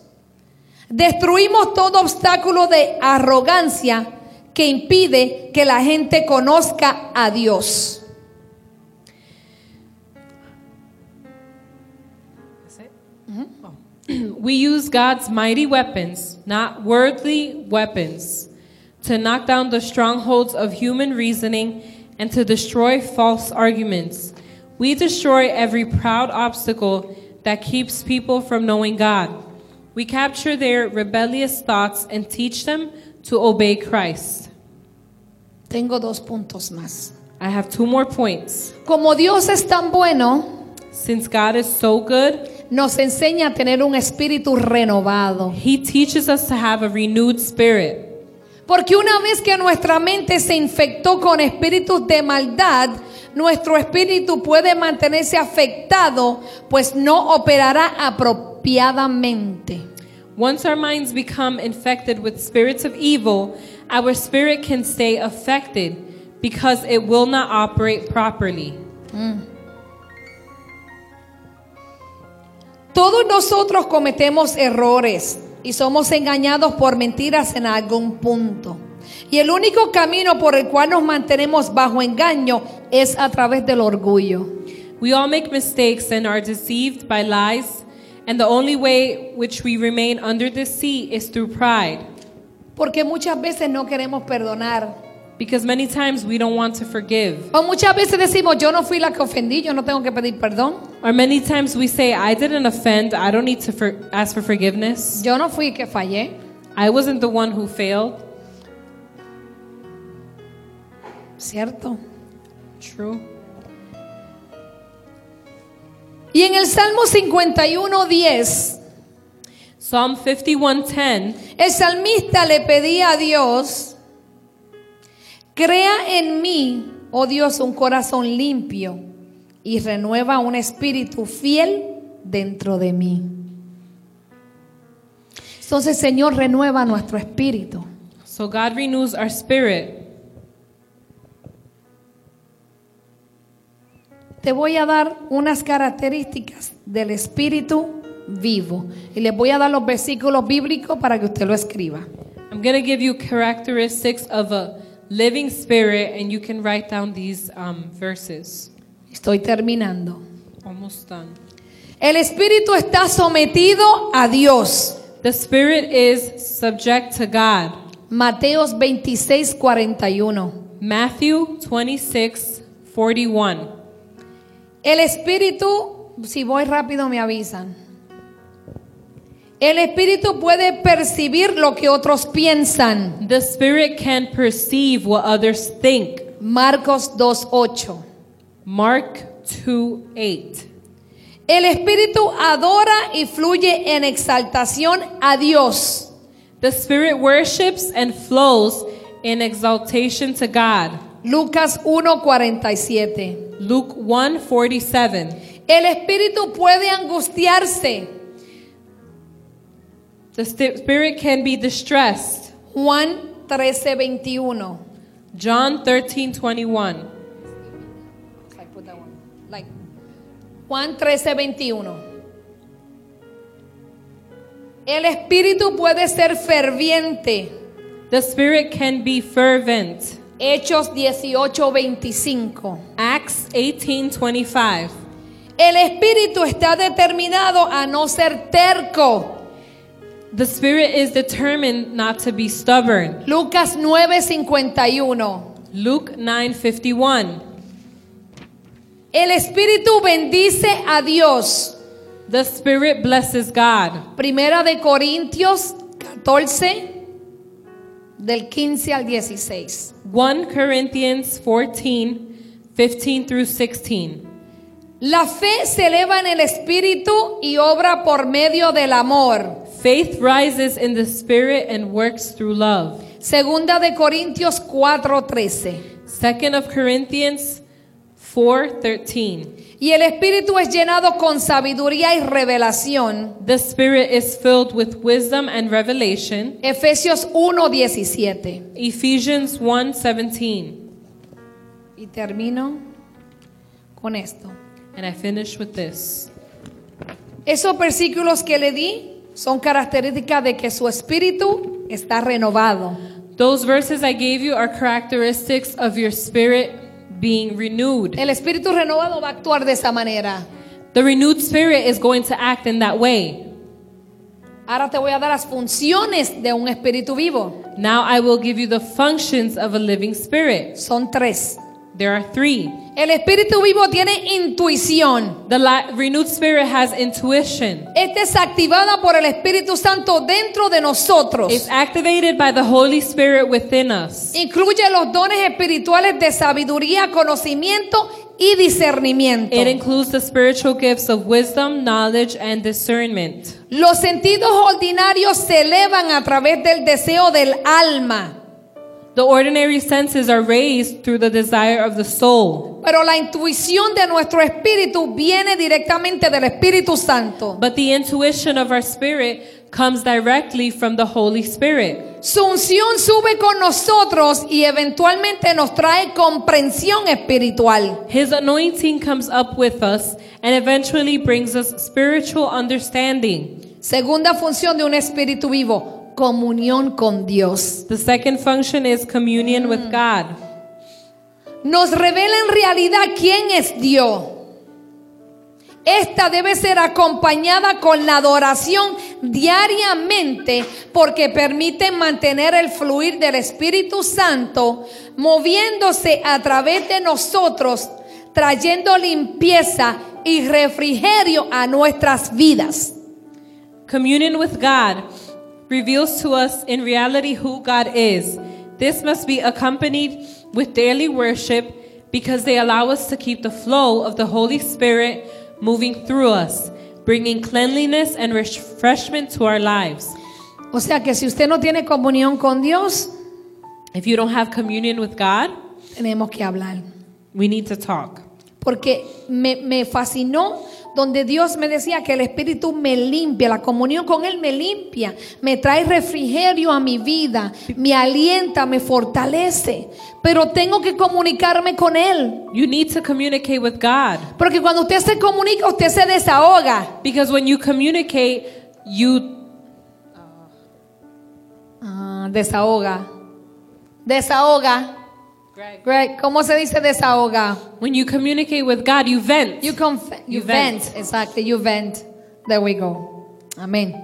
Destruimos todo obstáculo de arrogancia que impide que la gente conozca a Dios. [clears throat] We use God's mighty weapons, not worldly weapons, to knock down the strongholds of human reasoning and to destroy false arguments. We destroy every proud obstacle that keeps people from knowing God. We capture their rebellious thoughts and teach them to obey Christ. Tengo dos puntos más. I have two more points. Como Dios es tan bueno, Since God is so good, nos enseña a tener un espíritu renovado. He teaches us to have a renewed spirit. Porque una vez que nuestra mente se infectó con espíritus de maldad, nuestro espíritu puede mantenerse afectado, pues no operará apropiadamente. Once our minds become infected with spirits of evil, our spirit can stay affected because it will not operate properly. Todos nosotros cometemos errores y somos engañados por mentiras en algún punto. Y el único camino por el cual nos mantenemos bajo engaño es a través del orgullo. We all make mistakes and are deceived by lies, and the only way which we remain under deceit is through pride Porque muchas veces no queremos perdonar. because many times we don't want to forgive. O muchas veces decimos, yo no fui la que ofendí, yo no tengo que pedir perdón. Or many times we say, I didn't offend, I don't need to for- ask for forgiveness. Yo no fui que fallé. I wasn't the one who failed. Cierto. True. Y en el Salmo 51, 10, Psalm 51:10 el salmista le pedía a Dios, crea en mí, oh Dios, un corazón limpio y renueva un espíritu fiel dentro de mí. Entonces, Señor, renueva nuestro espíritu. So God renews our spirit. Te voy a dar unas características del espíritu vivo y les voy a dar los versículos bíblicos para que usted lo escriba. I'm going to give you characteristics of a living spirit, and you can write down these um, verses. Estoy terminando. Almost done. El espíritu está sometido a Dios. The spirit is subject to God. Mateos 26, 41. Matthew 26 41. El espíritu, si voy rápido me avisan. El espíritu puede percibir lo que otros piensan. The spirit can perceive what others think. Marcos 2, 8. Mark 2 8. El espíritu adora y fluye en exaltación a Dios. The Spirit worships and flows in exaltation to God. Lucas 1:47. Luke 1 47. El espíritu puede angustiarse. The sti- Spirit can be distressed. Juan 13:21. John 13 21. I put that one. Like, Juan 13, 21. El espíritu puede ser ferviente. The Spirit can be fervent. Hechos 18, 25. Acts 18 25. El espíritu está determinado a no ser terco. The Spirit is determined not to be stubborn. Lucas 9, 51. Luke 9 51. El espíritu bendice a Dios. The Spirit blesses God. Primera de Corintios 14, del 15 al 16. 1 Corinthians 14 15 through 16. La fe se eleva en el espíritu y obra por medio del amor. Faith rises in the Spirit and works through love. Segunda de Corintios 4:13. 2 of Corinthians 4:13. Y el espíritu es llenado con sabiduría y revelación. The spirit is filled with wisdom and revelation. Efesios 1:17. Ephesians 1:17. Y termino con esto. And I finish with this. Esos versículos que le di son características de que su espíritu está renovado. Those verses I gave you are characteristics of your spirit being renewed. El espíritu renovado va a actuar de esa manera. The renewed spirit is going to act in that way. Ahora te voy a dar las funciones de un espíritu vivo. Now I will give you the functions of a living spirit. Son tres. There are 3. El espíritu vivo tiene intuición. The li- renewed spirit has intuition. Esta es activada por el Espíritu Santo dentro de It's nosotros. activated by the Holy Spirit within us. Incluye los dones espirituales de sabiduría, conocimiento y discernimiento. It includes the spiritual gifts of wisdom, knowledge, and discernment. Los sentidos ordinarios se elevan a través del deseo del alma, The ordinary senses are raised through the desire of the soul, pero la intuición de nuestro espíritu viene directamente del Espíritu Santo. but the intuition of our spirit comes directly from the Holy Spirit. Su unción sube con nosotros y eventualmente nos trae comprensión espiritual. His anointing comes up with us and eventually brings us spiritual understanding. Segunda función de un espíritu vivo, comunión con Dios. The second function is communion with God. Nos revela en realidad quién es Dios. Esta debe ser acompañada con la adoración diariamente porque permite mantener el fluir del Espíritu Santo moviéndose a través de nosotros, trayendo limpieza y refrigerio a nuestras vidas. Communion with God reveals to us in reality who God is. This must be accompanied with daily worship because they allow us to keep the flow of the Holy Spirit moving through us, bringing cleanliness and refreshment to our lives. O sea que si usted no tiene comunión con Dios, If you don't have communion with God, tenemos que hablar. we need to talk. Porque me, me fascinó donde Dios me decía que el Espíritu me limpia, la comunión con Él me limpia, me trae refrigerio a mi vida, me alienta, me fortalece. Pero tengo que comunicarme con Él. You need to communicate with God Porque cuando usted se comunica, usted se desahoga. because when you communicate, you Ah, desahoga. Desahoga. Greg, ¿cómo se dice desahoga? when you communicate with God, you vent. You, conf- you You vent. vent. Exacto, you vent. There we go. Amén.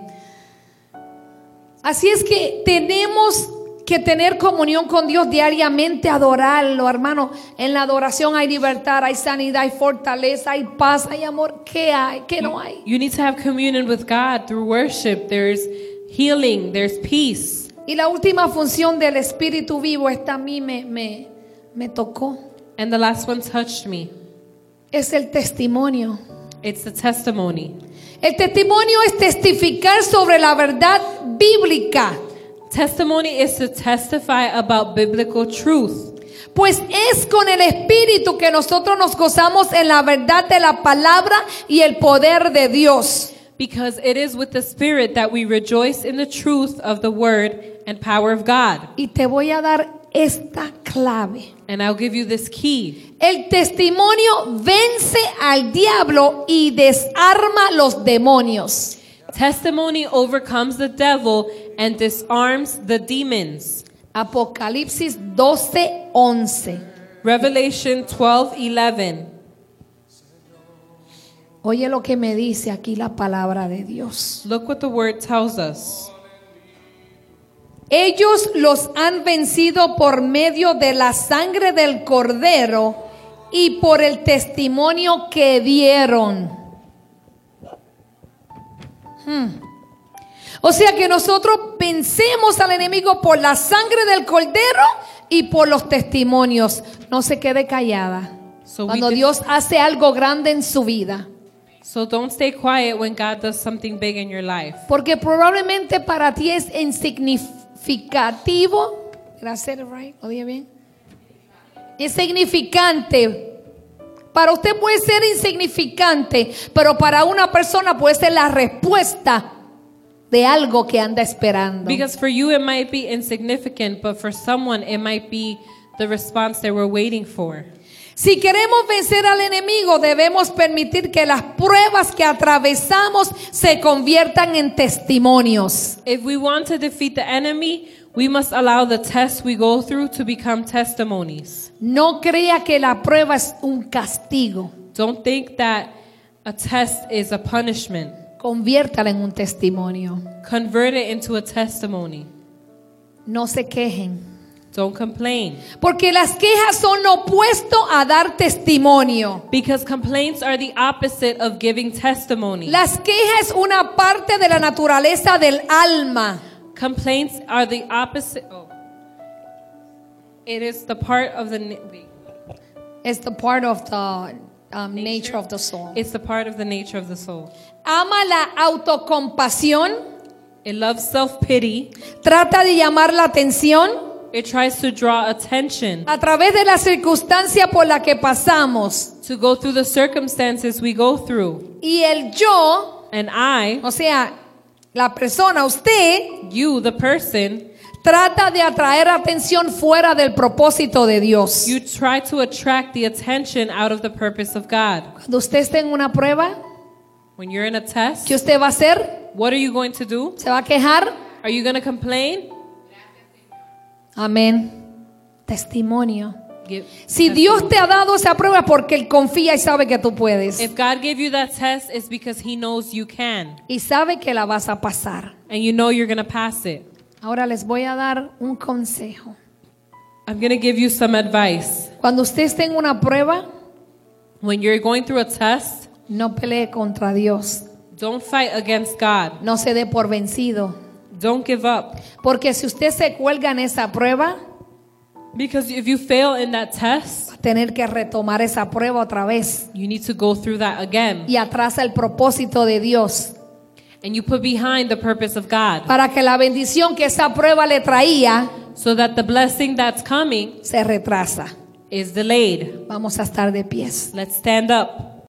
Así es que tenemos que tener comunión con Dios diariamente, adorarlo, hermano. En la adoración hay libertad, hay sanidad, hay fortaleza, hay paz, hay amor. ¿Qué hay? ¿Qué no hay? You need to have communion with God through worship. There's healing, there's peace. Y la última función del Espíritu Vivo, esta a mí me, me, me tocó, And the last one touched me. es el testimonio. It's the testimony. El testimonio es testificar sobre la verdad bíblica, Testimony is to testify about biblical truth. pues es con el Espíritu que nosotros nos gozamos en la verdad de la palabra y el poder de Dios. Because it is with the Spirit that we rejoice in the truth of the Word and power of God. Y te voy a dar esta clave. And I'll give you this key. El testimonio vence al diablo y desarma los demonios. Testimony overcomes the devil and disarms the demons. Apocalipsis 12:11. Revelation 12 11. Oye lo que me dice aquí la palabra de Dios. Look what the word tells us. Ellos los han vencido por medio de la sangre del cordero y por el testimonio que dieron. Hmm. O sea que nosotros vencemos al enemigo por la sangre del cordero y por los testimonios. No se quede callada. So we Cuando def- Dios hace algo grande en su vida. So don't stay quiet when God does something big in your life. Porque probablemente para ti es insignificativo. Did I say it right? ¿Lo dije bien? Insignificante. Para usted puede ser insignificante, pero para una persona puede ser la respuesta de algo que anda esperando. Because for you it might be insignificant, but for someone it might be the response they were waiting for. Si queremos vencer al enemigo, debemos permitir que las pruebas que atravesamos se conviertan en testimonios. If we want to defeat the enemy, we must allow the tests we go through to become testimonies. No crea que la prueba es un castigo. Don't think that a test is a punishment. Conviértala en un testimonio. Convert it into a testimony. No se quejen. Don't complain. Porque las quejas son opuesto a dar testimonio. Because complaints are the opposite of giving testimony. Las quejas es una parte de la naturaleza del alma. Complaints are the opposite. Oh. It is the part of the. na- wait. It's the part of the um, nature of the soul. It's the part of the nature of the soul. Ama la autocompasión. It loves self pity. Trata de llamar la atención It tries to draw attention a través de la circunstancia por la que pasamos. to go through the circumstances we go through. Y el yo, And I, o sea, la persona, usted, you, the person, Trata de atraer atención fuera del propósito de Dios. you try to attract the attention out of the purpose of God. Cuando usted esté en una prueba, When you're in a test, ¿qué usted va a hacer? what are you going to do? ¿Se va a quejar? Are you going to complain? Amén. Testimonio. Give, Si Dios te ha dado esa prueba es porque Él confía y sabe que tú puedes. if God gave you that test, it's because He knows you can. Y sabe que la vas a pasar. and you know you're going to pass it. Ahora les voy a dar un consejo. I'm going to give you some advice. Cuando usted esté en una prueba, When you're going through a test, no pelee contra Dios. don't fight against God. No se dé por vencido. Don't give up. Porque si usted se cuelga en esa prueba, Because if you fail in that va test, a tener que retomar esa prueba otra vez. you need to go through that again. y atrasa el propósito de Dios And you put behind the purpose of God para que la bendición que esa prueba le traía so that the blessing that's coming se retrasa. is delayed. Vamos a estar de pies. Let's stand up.